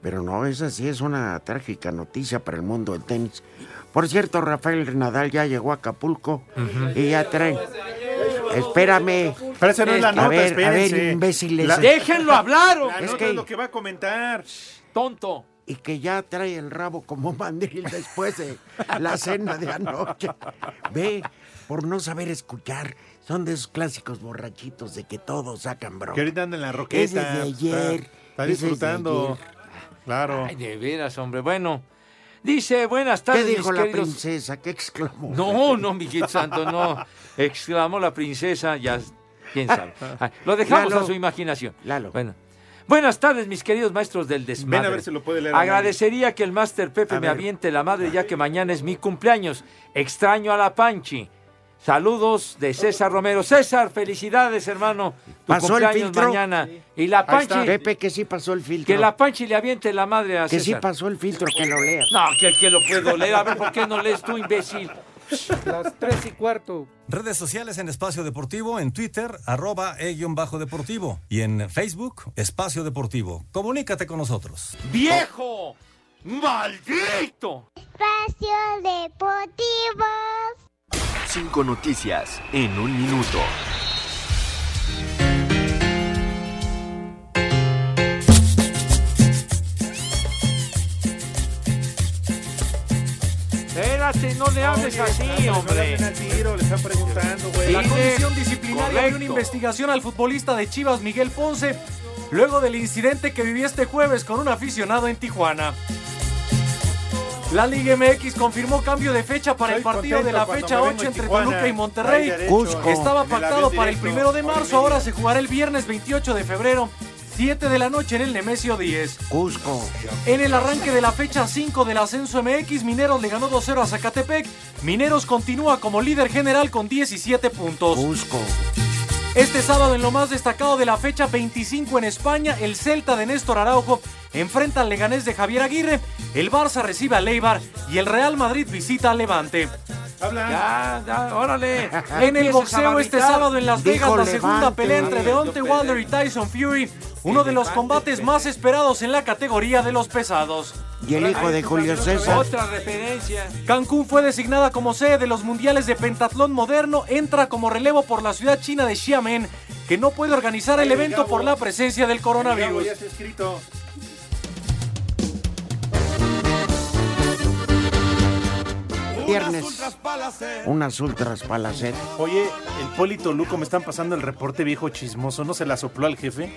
Speaker 1: Pero no, esa sí es una trágica noticia para el mundo del tenis. Por cierto, Rafael Nadal ya llegó a Acapulco y ya trae. Espérame.
Speaker 5: Pero esa no es la
Speaker 1: a
Speaker 5: nota,
Speaker 1: ver, A ver,
Speaker 5: espérense.
Speaker 1: imbéciles.
Speaker 5: La-
Speaker 4: ¡Déjenlo hablar! hombre!
Speaker 5: La
Speaker 1: Es
Speaker 5: nota
Speaker 1: que-
Speaker 5: es lo que va a comentar.
Speaker 4: ¡Tonto!
Speaker 1: Y que ya trae el rabo como mandril después de la cena de anoche. Ve, por no saber escuchar, son de esos clásicos borrachitos de que todos sacan bro.
Speaker 5: Que ahorita anda en la roqueta.
Speaker 1: Ese es de ayer,
Speaker 5: Está, está
Speaker 1: ese es de
Speaker 5: disfrutando.
Speaker 1: ayer.
Speaker 5: Claro.
Speaker 4: Ay, de veras, hombre. Bueno, dice, buenas
Speaker 1: ¿Qué
Speaker 4: tardes,
Speaker 1: dijo
Speaker 4: mis
Speaker 1: la
Speaker 4: queridos-
Speaker 1: princesa? ¿Qué exclamó?
Speaker 4: No, no, mi querido santo, no. Exclamó la princesa, ya, quién sabe. Ah, Lo dejamos
Speaker 1: Lalo.
Speaker 4: a su imaginación.
Speaker 1: Lalo.
Speaker 4: Bueno. Buenas tardes, mis queridos maestros del desmadre.
Speaker 5: Ven a ver si lo puede leer.
Speaker 4: Agradecería que el máster Pepe
Speaker 5: A
Speaker 4: me
Speaker 5: ver.
Speaker 4: aviente la madre ya que mañana es mi cumpleaños. Extraño a la Panchi. Saludos de César Romero. César, felicidades, hermano. Tu
Speaker 1: ¿Pasó el
Speaker 4: cumpleaños
Speaker 1: filtro?
Speaker 4: mañana. Y la Panchi,
Speaker 1: Pepe, que sí pasó el filtro.
Speaker 4: que la Panchi le aviente la madre a
Speaker 1: Que sí
Speaker 4: César.
Speaker 1: pasó el filtro, que lo lea.
Speaker 4: no, que, que lo puedo leer. A ver, ¿por qué no lees tú, imbécil?
Speaker 8: Las
Speaker 4: 3 y cuarto.
Speaker 8: Redes sociales en Espacio Deportivo, en Twitter, arroba e e-deportivo y en Facebook, Espacio Deportivo. Comunícate con nosotros.
Speaker 4: ¡Viejo! ¡Maldito!
Speaker 9: Espacio Deportivo.
Speaker 2: Cinco noticias en un minuto.
Speaker 4: Espérate, no le hables así, hombre.
Speaker 5: le están preguntando, güey.
Speaker 6: La
Speaker 4: Dile-
Speaker 6: comisión disciplinaria abrió una
Speaker 4: Correcto.
Speaker 6: investigación al futbolista de Chivas Miguel Ponce luego del incidente que vivió este jueves con un aficionado en Tijuana. La Liga MX confirmó cambio de fecha para el
Speaker 5: Estoy
Speaker 6: partido de
Speaker 5: contento
Speaker 6: la
Speaker 5: cuando
Speaker 6: fecha
Speaker 5: me vengo
Speaker 6: 8
Speaker 5: en
Speaker 6: entre
Speaker 5: Tijuana.
Speaker 6: Toluca y
Speaker 5: Ay,
Speaker 6: Monterrey.
Speaker 5: derecho. Cusco.
Speaker 6: Estaba
Speaker 5: En el avión
Speaker 6: pactado para el
Speaker 5: directo,
Speaker 6: primero de
Speaker 5: hora y
Speaker 6: marzo, ahora
Speaker 5: media.
Speaker 6: se jugará el viernes 28 de febrero, 7 de la noche en el Nemesio 10.
Speaker 1: Cusco.
Speaker 6: En el arranque de la fecha 5 del ascenso MX, Mineros le ganó 2-0 a Zacatepec. Mineros continúa como líder general con 17 puntos.
Speaker 1: Cusco.
Speaker 6: Este sábado, en lo más destacado de la fecha 25 en España, el Celta de Néstor Araujo enfrenta al Leganés de Javier Aguirre, el Barça recibe al Eibar y el Real Madrid visita al Levante.
Speaker 4: Ya, ya, órale.
Speaker 6: En el
Speaker 4: Empieces a
Speaker 6: boxeo este
Speaker 4: barricar.
Speaker 6: sábado en Las Vegas, la
Speaker 4: Dijo
Speaker 6: segunda
Speaker 4: Levante.
Speaker 6: pelea entre Deontay Wilder y Tyson Fury, uno de los combates más esperados en la categoría de los pesados.
Speaker 1: Y el hijo de Julio César.
Speaker 4: Otra referencia.
Speaker 6: Cancún fue designada como sede de los mundiales de pentatlón moderno, entra como relevo por la ciudad china de Xiamen, que no puede organizar el
Speaker 5: Ay,
Speaker 6: evento
Speaker 5: Gabo.
Speaker 6: por la presencia del
Speaker 5: Gabo,
Speaker 6: coronavirus.
Speaker 5: ya está escrito.
Speaker 1: Viernes. Un azul tras palacet.
Speaker 5: Oye, el Poli Toluco me están pasando el reporte viejo chismoso. ¿No se la sopló al jefe?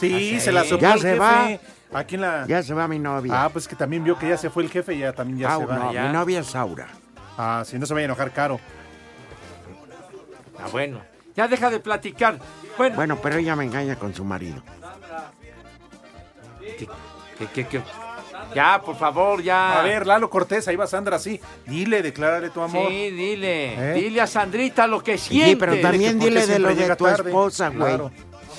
Speaker 5: Sí,
Speaker 1: Ah, sí.
Speaker 5: se la sopló
Speaker 1: Ya
Speaker 5: al
Speaker 1: se
Speaker 5: jefe.
Speaker 1: va.
Speaker 5: Aquí en la...
Speaker 1: Ya se va mi novia.
Speaker 5: Ah, pues que también vio que ya se fue el jefe, ya también ya
Speaker 1: Aura,
Speaker 5: se va.
Speaker 1: mi novia es Aura.
Speaker 5: Ah, si no se vaya a enojar caro.
Speaker 4: Ah, bueno. Ya deja de platicar. Bueno,
Speaker 1: Bueno, pero ella me engaña con su marido.
Speaker 4: que- que- que- ya, por favor, ya.
Speaker 5: A ver, Lalo Cortés, ahí va Sandra, sí. Dile, declárale tu amor.
Speaker 4: Sí, dile.
Speaker 5: ¿Eh?
Speaker 4: Dile a Sandrita lo que
Speaker 1: Sí,
Speaker 4: siente.
Speaker 1: pero también dile de lo de
Speaker 5: llega
Speaker 1: tu
Speaker 5: tarde.
Speaker 1: esposa, güey.
Speaker 5: Claro.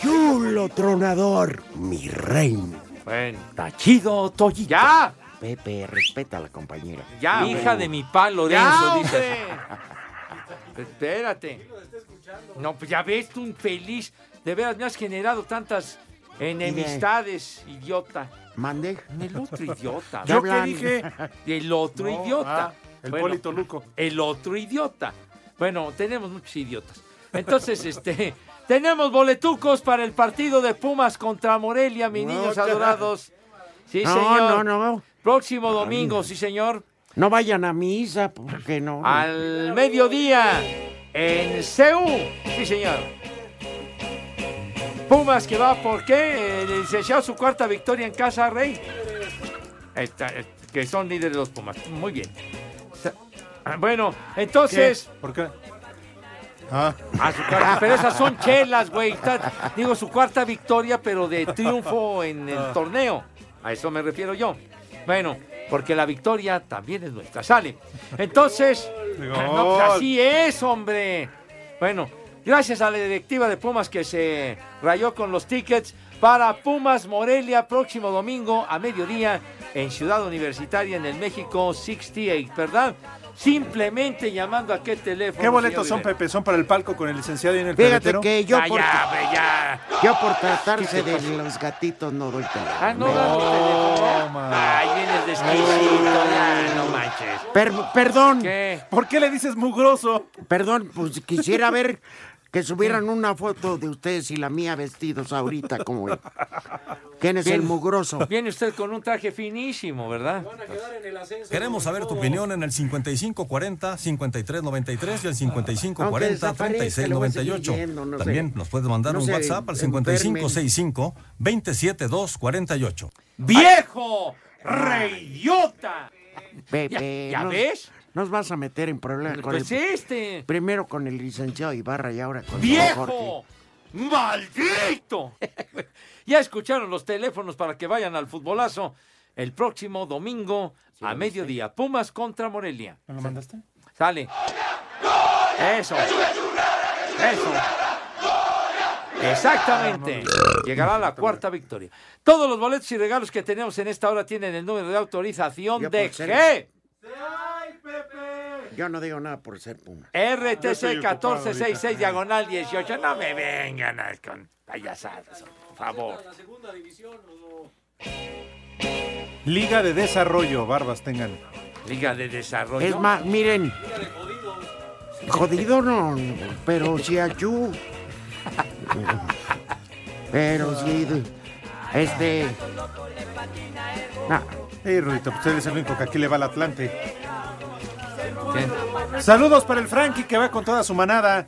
Speaker 1: Chulo tronador, mi reina.
Speaker 4: Bueno.
Speaker 1: Está chido, Toyito.
Speaker 4: ¡Ya!
Speaker 1: Pepe, respeta a la compañera.
Speaker 4: Ya, hija de mi pa,
Speaker 1: Ya,
Speaker 4: Lorenzo, dices. Espérate. No, pues ya ves, tú infeliz. De veras, me has generado tantas enemistades, idiota.
Speaker 1: Mande.
Speaker 4: El otro idiota.
Speaker 1: ¿Yo qué
Speaker 5: dije?
Speaker 4: El otro
Speaker 5: No,
Speaker 4: idiota.
Speaker 5: ah, el Poli Toluco.
Speaker 4: El otro idiota. Bueno, tenemos muchos idiotas. Entonces, este, tenemos boletucos para el partido de Pumas contra Morelia, mis
Speaker 1: No,
Speaker 4: niños
Speaker 1: caray.
Speaker 4: adorados. Sí,
Speaker 1: no,
Speaker 4: señor.
Speaker 1: no, no.
Speaker 4: Próximo domingo, sí, señor.
Speaker 1: No vayan a misa, porque no.
Speaker 4: Al mediodía, en Seúl. Sí, señor. Pumas que va, ¿por qué? El licenciado su cuarta victoria en casa, Rey. Está, eh, que son líderes los Pumas. Muy bien. Sa- ah, Bueno, entonces...
Speaker 5: ¿Por qué? Ah.
Speaker 4: A su cuarta- pero esas son chelas, güey. Está- Digo, su cuarta victoria, pero de triunfo en
Speaker 5: Ah.
Speaker 4: el torneo. A eso me refiero yo. Bueno, porque la victoria también es nuestra. Sale. Entonces, no, pues así es, hombre. Bueno, gracias a la directiva de Pumas que se rayó con los tickets para Pumas Morelia próximo domingo a mediodía en Ciudad Universitaria en el México 68, ¿verdad? Simplemente llamando a qué teléfono.
Speaker 5: ¿Qué boletos
Speaker 4: señor
Speaker 5: son, Pepe? ¿Son para el palco con el licenciado y en el
Speaker 1: Fíjate
Speaker 5: pebetero?
Speaker 1: que yo
Speaker 4: Ah, Ya,
Speaker 1: por,
Speaker 4: ya, hombre, ya.
Speaker 1: yo por tratarse de los gatitos no doy teléfono.
Speaker 4: Ah, no, das los teléfonos. Ay, vienes de exquisito, ya, no manches.
Speaker 1: Per- perdón.
Speaker 5: ¿Por qué le dices mugroso?
Speaker 1: Perdón, pues quisiera ver que subieran una foto de ustedes y la mía vestidos ahorita como ¿Quién es el
Speaker 4: Bien.
Speaker 1: mugroso?
Speaker 4: Viene usted con un traje finísimo, ¿verdad?
Speaker 8: Queremos saber
Speaker 4: Oh.
Speaker 8: tu opinión en el 5540-5393 y el
Speaker 1: desaparezca, lo voy a seguir
Speaker 8: 5540-3698.
Speaker 1: leyendo, no sé.
Speaker 8: También nos puedes mandar
Speaker 1: No
Speaker 8: un
Speaker 1: sé,
Speaker 8: WhatsApp al
Speaker 1: enfermen.
Speaker 8: 5565-27248.
Speaker 4: ¡Viejo! ¡Reyota!
Speaker 1: Pepe,
Speaker 4: ¿Ya
Speaker 1: nos-
Speaker 4: ves?
Speaker 1: Nos vas a meter en problemas con
Speaker 4: Pues
Speaker 1: el-
Speaker 4: este.
Speaker 1: Primero con el licenciado Ibarra y ahora con
Speaker 4: ¡Viejo! ¡Maldito! ya escucharon los teléfonos para que vayan al futbolazo el próximo domingo a mediodía. Pumas contra Morelia.
Speaker 5: ¿Me lo mandaste?
Speaker 4: Sale. Eso. Eso. Exactamente. Llegará la cuarta victoria. Todos los boletos y regalos que tenemos en esta hora tienen el número de autorización
Speaker 1: Yo
Speaker 4: de
Speaker 1: por ser-
Speaker 4: G.
Speaker 1: Jorge. Yo no digo nada por ser Puma.
Speaker 4: RTC
Speaker 1: estoy ocupado ahorita.
Speaker 4: 1466 diagonal 18. No me vengan a- con payasadas, por favor.
Speaker 5: Liga de Desarrollo, barbas tengan.
Speaker 4: Liga de Desarrollo.
Speaker 1: Es más, miren. Jodido no, pero si ayú. Pero si. Este.
Speaker 5: Hey, Rudito, pues eres el único que aquí le va al Atlante.
Speaker 4: ¿Quién?
Speaker 5: Saludos para el Frankie que va con toda su manada.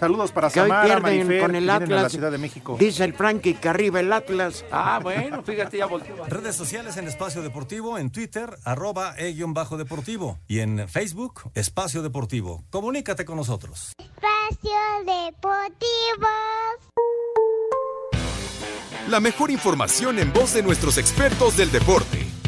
Speaker 5: Saludos para
Speaker 1: Que hoy
Speaker 5: Samara,
Speaker 1: pierden
Speaker 5: Marifer,
Speaker 1: con el
Speaker 5: que vienen a la
Speaker 1: Atlas.
Speaker 5: Ciudad de México.
Speaker 1: Dice el Frankie que arriba el Atlas.
Speaker 4: Ah, bueno, fíjate, ya volteó.
Speaker 8: Redes sociales en Espacio Deportivo, en Twitter, arroba E e-deportivo y en Facebook, Espacio Deportivo. Comunícate con nosotros.
Speaker 9: Espacio Deportivo.
Speaker 7: La mejor información en voz de nuestros expertos del deporte.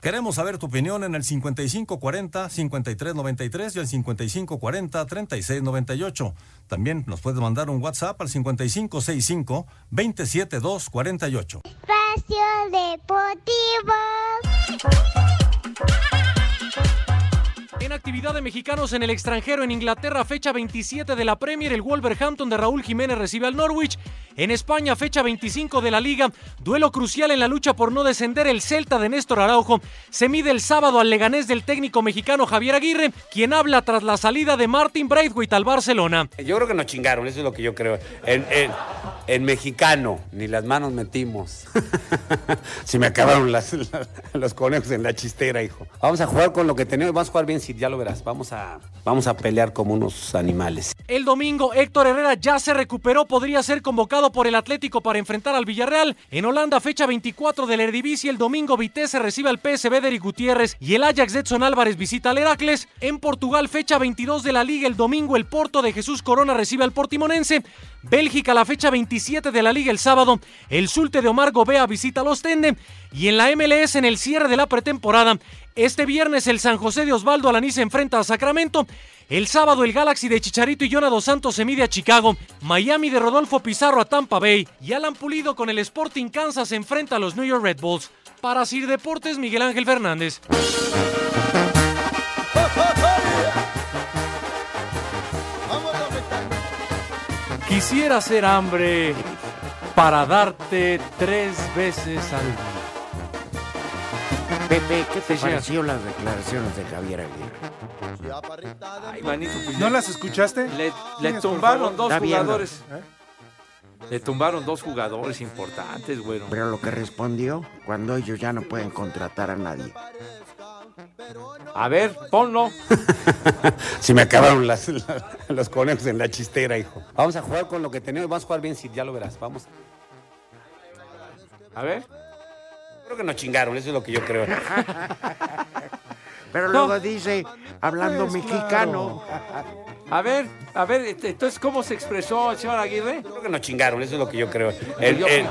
Speaker 8: Queremos saber tu opinión en el 5540-5393 y el 5540-3698. También nos puedes mandar un WhatsApp al 5565-27248.
Speaker 9: Espacio Deportivo.
Speaker 6: En actividad de mexicanos en el extranjero en Inglaterra, fecha 27 de la Premier, el Wolverhampton de Raúl Jiménez recibe al Norwich. En España, fecha 25 de la Liga, duelo crucial en la lucha por no descender el Celta de Néstor Araujo. Se mide el sábado al leganés del técnico mexicano Javier Aguirre, quien habla tras la salida de Martin Braithwaite al Barcelona.
Speaker 21: Yo creo que nos chingaron, eso es lo que yo creo. En, en- en mexicano, ni las manos metimos. Se me acabaron las- las- los conejos en la chistera, hijo. Vamos a jugar con lo que tenemos, vamos a jugar bien, si ya lo verás. Vamos a, vamos a pelear como unos animales.
Speaker 6: El domingo, Héctor Herrera ya se recuperó, podría ser convocado por el Atlético para enfrentar al Villarreal. En Holanda, fecha 24 del Eredivisie, el domingo Vitesse recibe al PSV de Eric Gutiérrez y el Ajax de Edson Álvarez visita al Heracles. En Portugal, fecha 22 de la Liga, el domingo el Porto de Jesús Corona recibe al Portimonense. Bélgica, la fecha 27 de la Liga el sábado, el Sulte de Omar Gobea visita al Ostende. Y en la MLS, en el cierre de la pretemporada, este viernes el San José de Osvaldo Alanís se enfrenta a Sacramento. El sábado el Galaxy de Chicharito y Jonah Dos Santos se mide a Chicago. Miami de Rodolfo Pizarro a Tampa Bay. Y Alan Pulido con el Sporting Kansas se enfrenta a los New York Red Bulls. Para Sir Deportes, Miguel Ángel Fernández. Quisiera ser hambre para darte tres veces al día.
Speaker 1: Pepe, ¿qué te
Speaker 6: Sí, señor.
Speaker 1: pareció las declaraciones de Javier Aguirre?
Speaker 4: Ay, manito, pues
Speaker 5: ¿No las escuchaste?
Speaker 4: Le, le
Speaker 5: Tienes, por
Speaker 4: tumbaron
Speaker 5: favor.
Speaker 4: dos
Speaker 5: Da bien,
Speaker 4: jugadores.
Speaker 5: ¿eh?
Speaker 4: Le tumbaron dos jugadores importantes, güero.
Speaker 1: Pero lo que respondió, cuando ellos ya no pueden contratar a nadie.
Speaker 4: A ver, ponlo.
Speaker 21: Si me acabaron las- las- los conejos en la chistera, hijo. Vamos a jugar con lo que tenemos. Vamos a jugar bien, si ya lo verás. Vamos.
Speaker 4: A ver.
Speaker 21: Creo que nos chingaron, eso es lo que yo creo.
Speaker 1: Pero luego dice, hablando
Speaker 21: Pues,
Speaker 1: mexicano.
Speaker 4: A ver, a ver, este, entonces, ¿cómo se expresó el señor Aguirre?
Speaker 21: Creo que nos chingaron, eso es lo que yo creo. En,
Speaker 4: yo-
Speaker 21: en-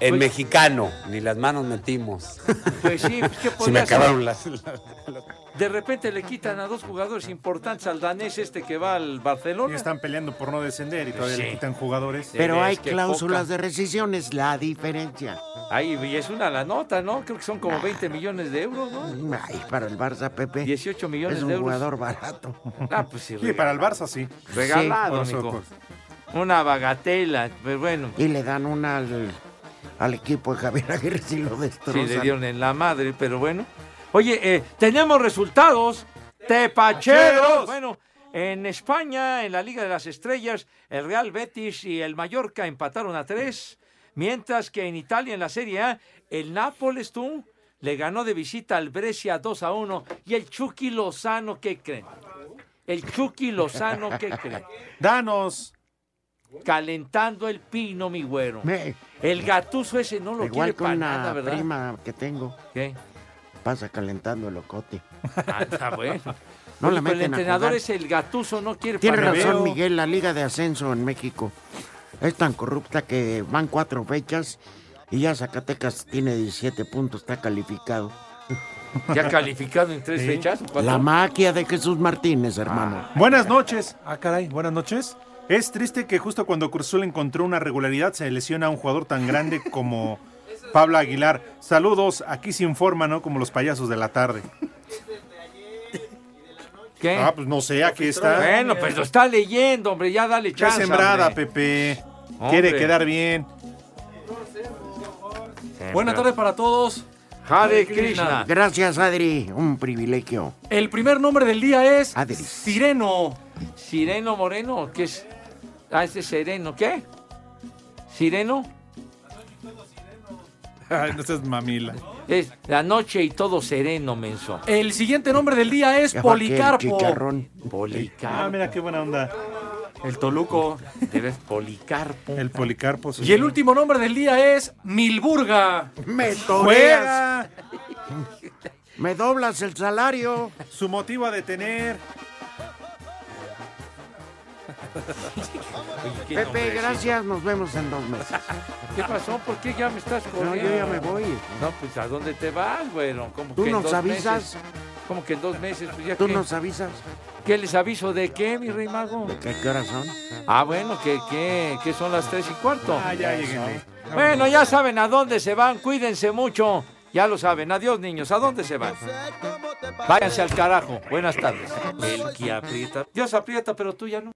Speaker 21: en
Speaker 4: pues-
Speaker 21: mexicano, ni las manos metimos.
Speaker 4: Pues sí, pues,
Speaker 21: Si me
Speaker 4: ¿qué podía hacer?
Speaker 21: acabaron las. las-
Speaker 4: De repente le quitan a dos jugadores importantes al danés este que va al Barcelona.
Speaker 5: Y están peleando por no descender y todavía
Speaker 4: Sí.
Speaker 5: le quitan jugadores.
Speaker 1: Pero hay cláusulas de rescisión, es la diferencia.
Speaker 4: Ay, y es una la nota, ¿no? Creo que son como 20 millones de euros, ¿no?
Speaker 1: Ay, para el Barça, Pepe.
Speaker 4: 18 millones
Speaker 1: Es un
Speaker 4: de euros.
Speaker 1: jugador barato.
Speaker 4: Ah, pues sí.
Speaker 5: Sí, para el Barça sí.
Speaker 4: Regalado,
Speaker 5: Sí, por
Speaker 4: amigo.
Speaker 5: supuesto.
Speaker 4: Una bagatela, pero bueno.
Speaker 1: Y le dan una al, al equipo de Javier Aguirre si lo destrozan.
Speaker 4: Sí, le dieron en la madre, pero bueno. Oye, eh, tenemos resultados. Tepacheros. Bueno, en España, en la Liga de las Estrellas, el Real Betis y el Mallorca empataron a tres. Mientras que en Italia, en la Serie A, el Nápoles, tú, le ganó de visita al Brescia 2 a 1. Y el Chucky Lozano, ¿qué creen? El Chucky Lozano, ¿qué creen?
Speaker 5: Danos.
Speaker 4: Calentando el pino, mi güero.
Speaker 1: Me-
Speaker 4: El gatuzo ese no lo quiere
Speaker 1: Igual con
Speaker 4: para
Speaker 1: una
Speaker 4: nada, ¿verdad?
Speaker 1: prima que tengo.
Speaker 4: ¿Qué?
Speaker 1: Pasa calentando el ocote.
Speaker 4: Ah, Está bueno.
Speaker 1: No
Speaker 4: Oye,
Speaker 1: la
Speaker 4: pero el
Speaker 1: meten a
Speaker 4: entrenador
Speaker 1: jugar.
Speaker 4: es el gatuso, no quiere
Speaker 1: Tiene
Speaker 4: parar.
Speaker 1: razón Miguel, la liga de ascenso en México es tan corrupta que van cuatro fechas y ya Zacatecas tiene 17 puntos, está calificado.
Speaker 4: Ya calificado en tres
Speaker 5: Sí.
Speaker 4: fechas. cuatro.
Speaker 1: La maquia de Jesús Martínez, hermano.
Speaker 5: Buenas noches. Ah, caray, buenas noches. Es triste que justo cuando Cruz Azul encontró una regularidad se lesiona a un jugador tan grande como Pablo Aguilar. Saludos, aquí se informa, ¿no? Como los payasos de la tarde.
Speaker 4: ¿Qué?
Speaker 5: Ah, pues no sé, aquí está.
Speaker 4: Bueno, pues lo está leyendo, hombre, ya dale
Speaker 5: Qué
Speaker 4: chance.
Speaker 5: sembrada,
Speaker 4: hombre.
Speaker 5: Pepe.
Speaker 4: Hombre.
Speaker 5: Quiere quedar bien.
Speaker 6: Buenas tardes para todos.
Speaker 4: Hare
Speaker 1: Gracias, Adri. Un privilegio.
Speaker 6: El primer nombre del día es
Speaker 1: Adri.
Speaker 6: Sireno.
Speaker 4: Ah, Sireno Moreno, ¿qué es? Ah, este es Sereno, ¿qué? ¿Sireno?
Speaker 5: Ay, no seas mamila.
Speaker 4: Es la noche y todo sereno, menso.
Speaker 6: El siguiente nombre del día es Policarpo.
Speaker 5: Ah,
Speaker 4: Policarpo.
Speaker 5: mira qué buena onda.
Speaker 6: El Toluco.
Speaker 4: Eres Policarpo.
Speaker 5: El Policarpo. sí.
Speaker 6: Y el último nombre del día es Milburga.
Speaker 1: Me toreas,
Speaker 5: ¡Fuera!
Speaker 1: me doblas el salario.
Speaker 5: Su motivo a detener.
Speaker 4: ¿Qué
Speaker 1: Pepe,
Speaker 4: nombrecito?
Speaker 1: gracias. Nos vemos en dos meses.
Speaker 4: ¿Qué pasó? ¿Por qué ya me estás
Speaker 1: No,
Speaker 4: corriendo?
Speaker 1: yo ya me voy.
Speaker 4: No, pues ¿a dónde te vas, güero? ¿Cómo
Speaker 1: Tú
Speaker 4: que en
Speaker 1: nos
Speaker 4: dos
Speaker 1: avisas.
Speaker 4: meses? ¿Cómo que en dos meses? Pues ya
Speaker 1: Tú
Speaker 4: que-
Speaker 1: nos avisas.
Speaker 4: ¿Qué les aviso? ¿De qué, mi rey mago?
Speaker 1: ¿Qué, qué horas son?
Speaker 4: Ah, bueno, que, que, que son las tres y cuarto.
Speaker 5: Ah, ya llegué.
Speaker 4: Bueno, ya saben a dónde se van, cuídense mucho. Ya lo saben, adiós niños, ¿a dónde se van? Váyanse al carajo, buenas tardes. El que aprieta. Dios aprieta, pero tú ya no.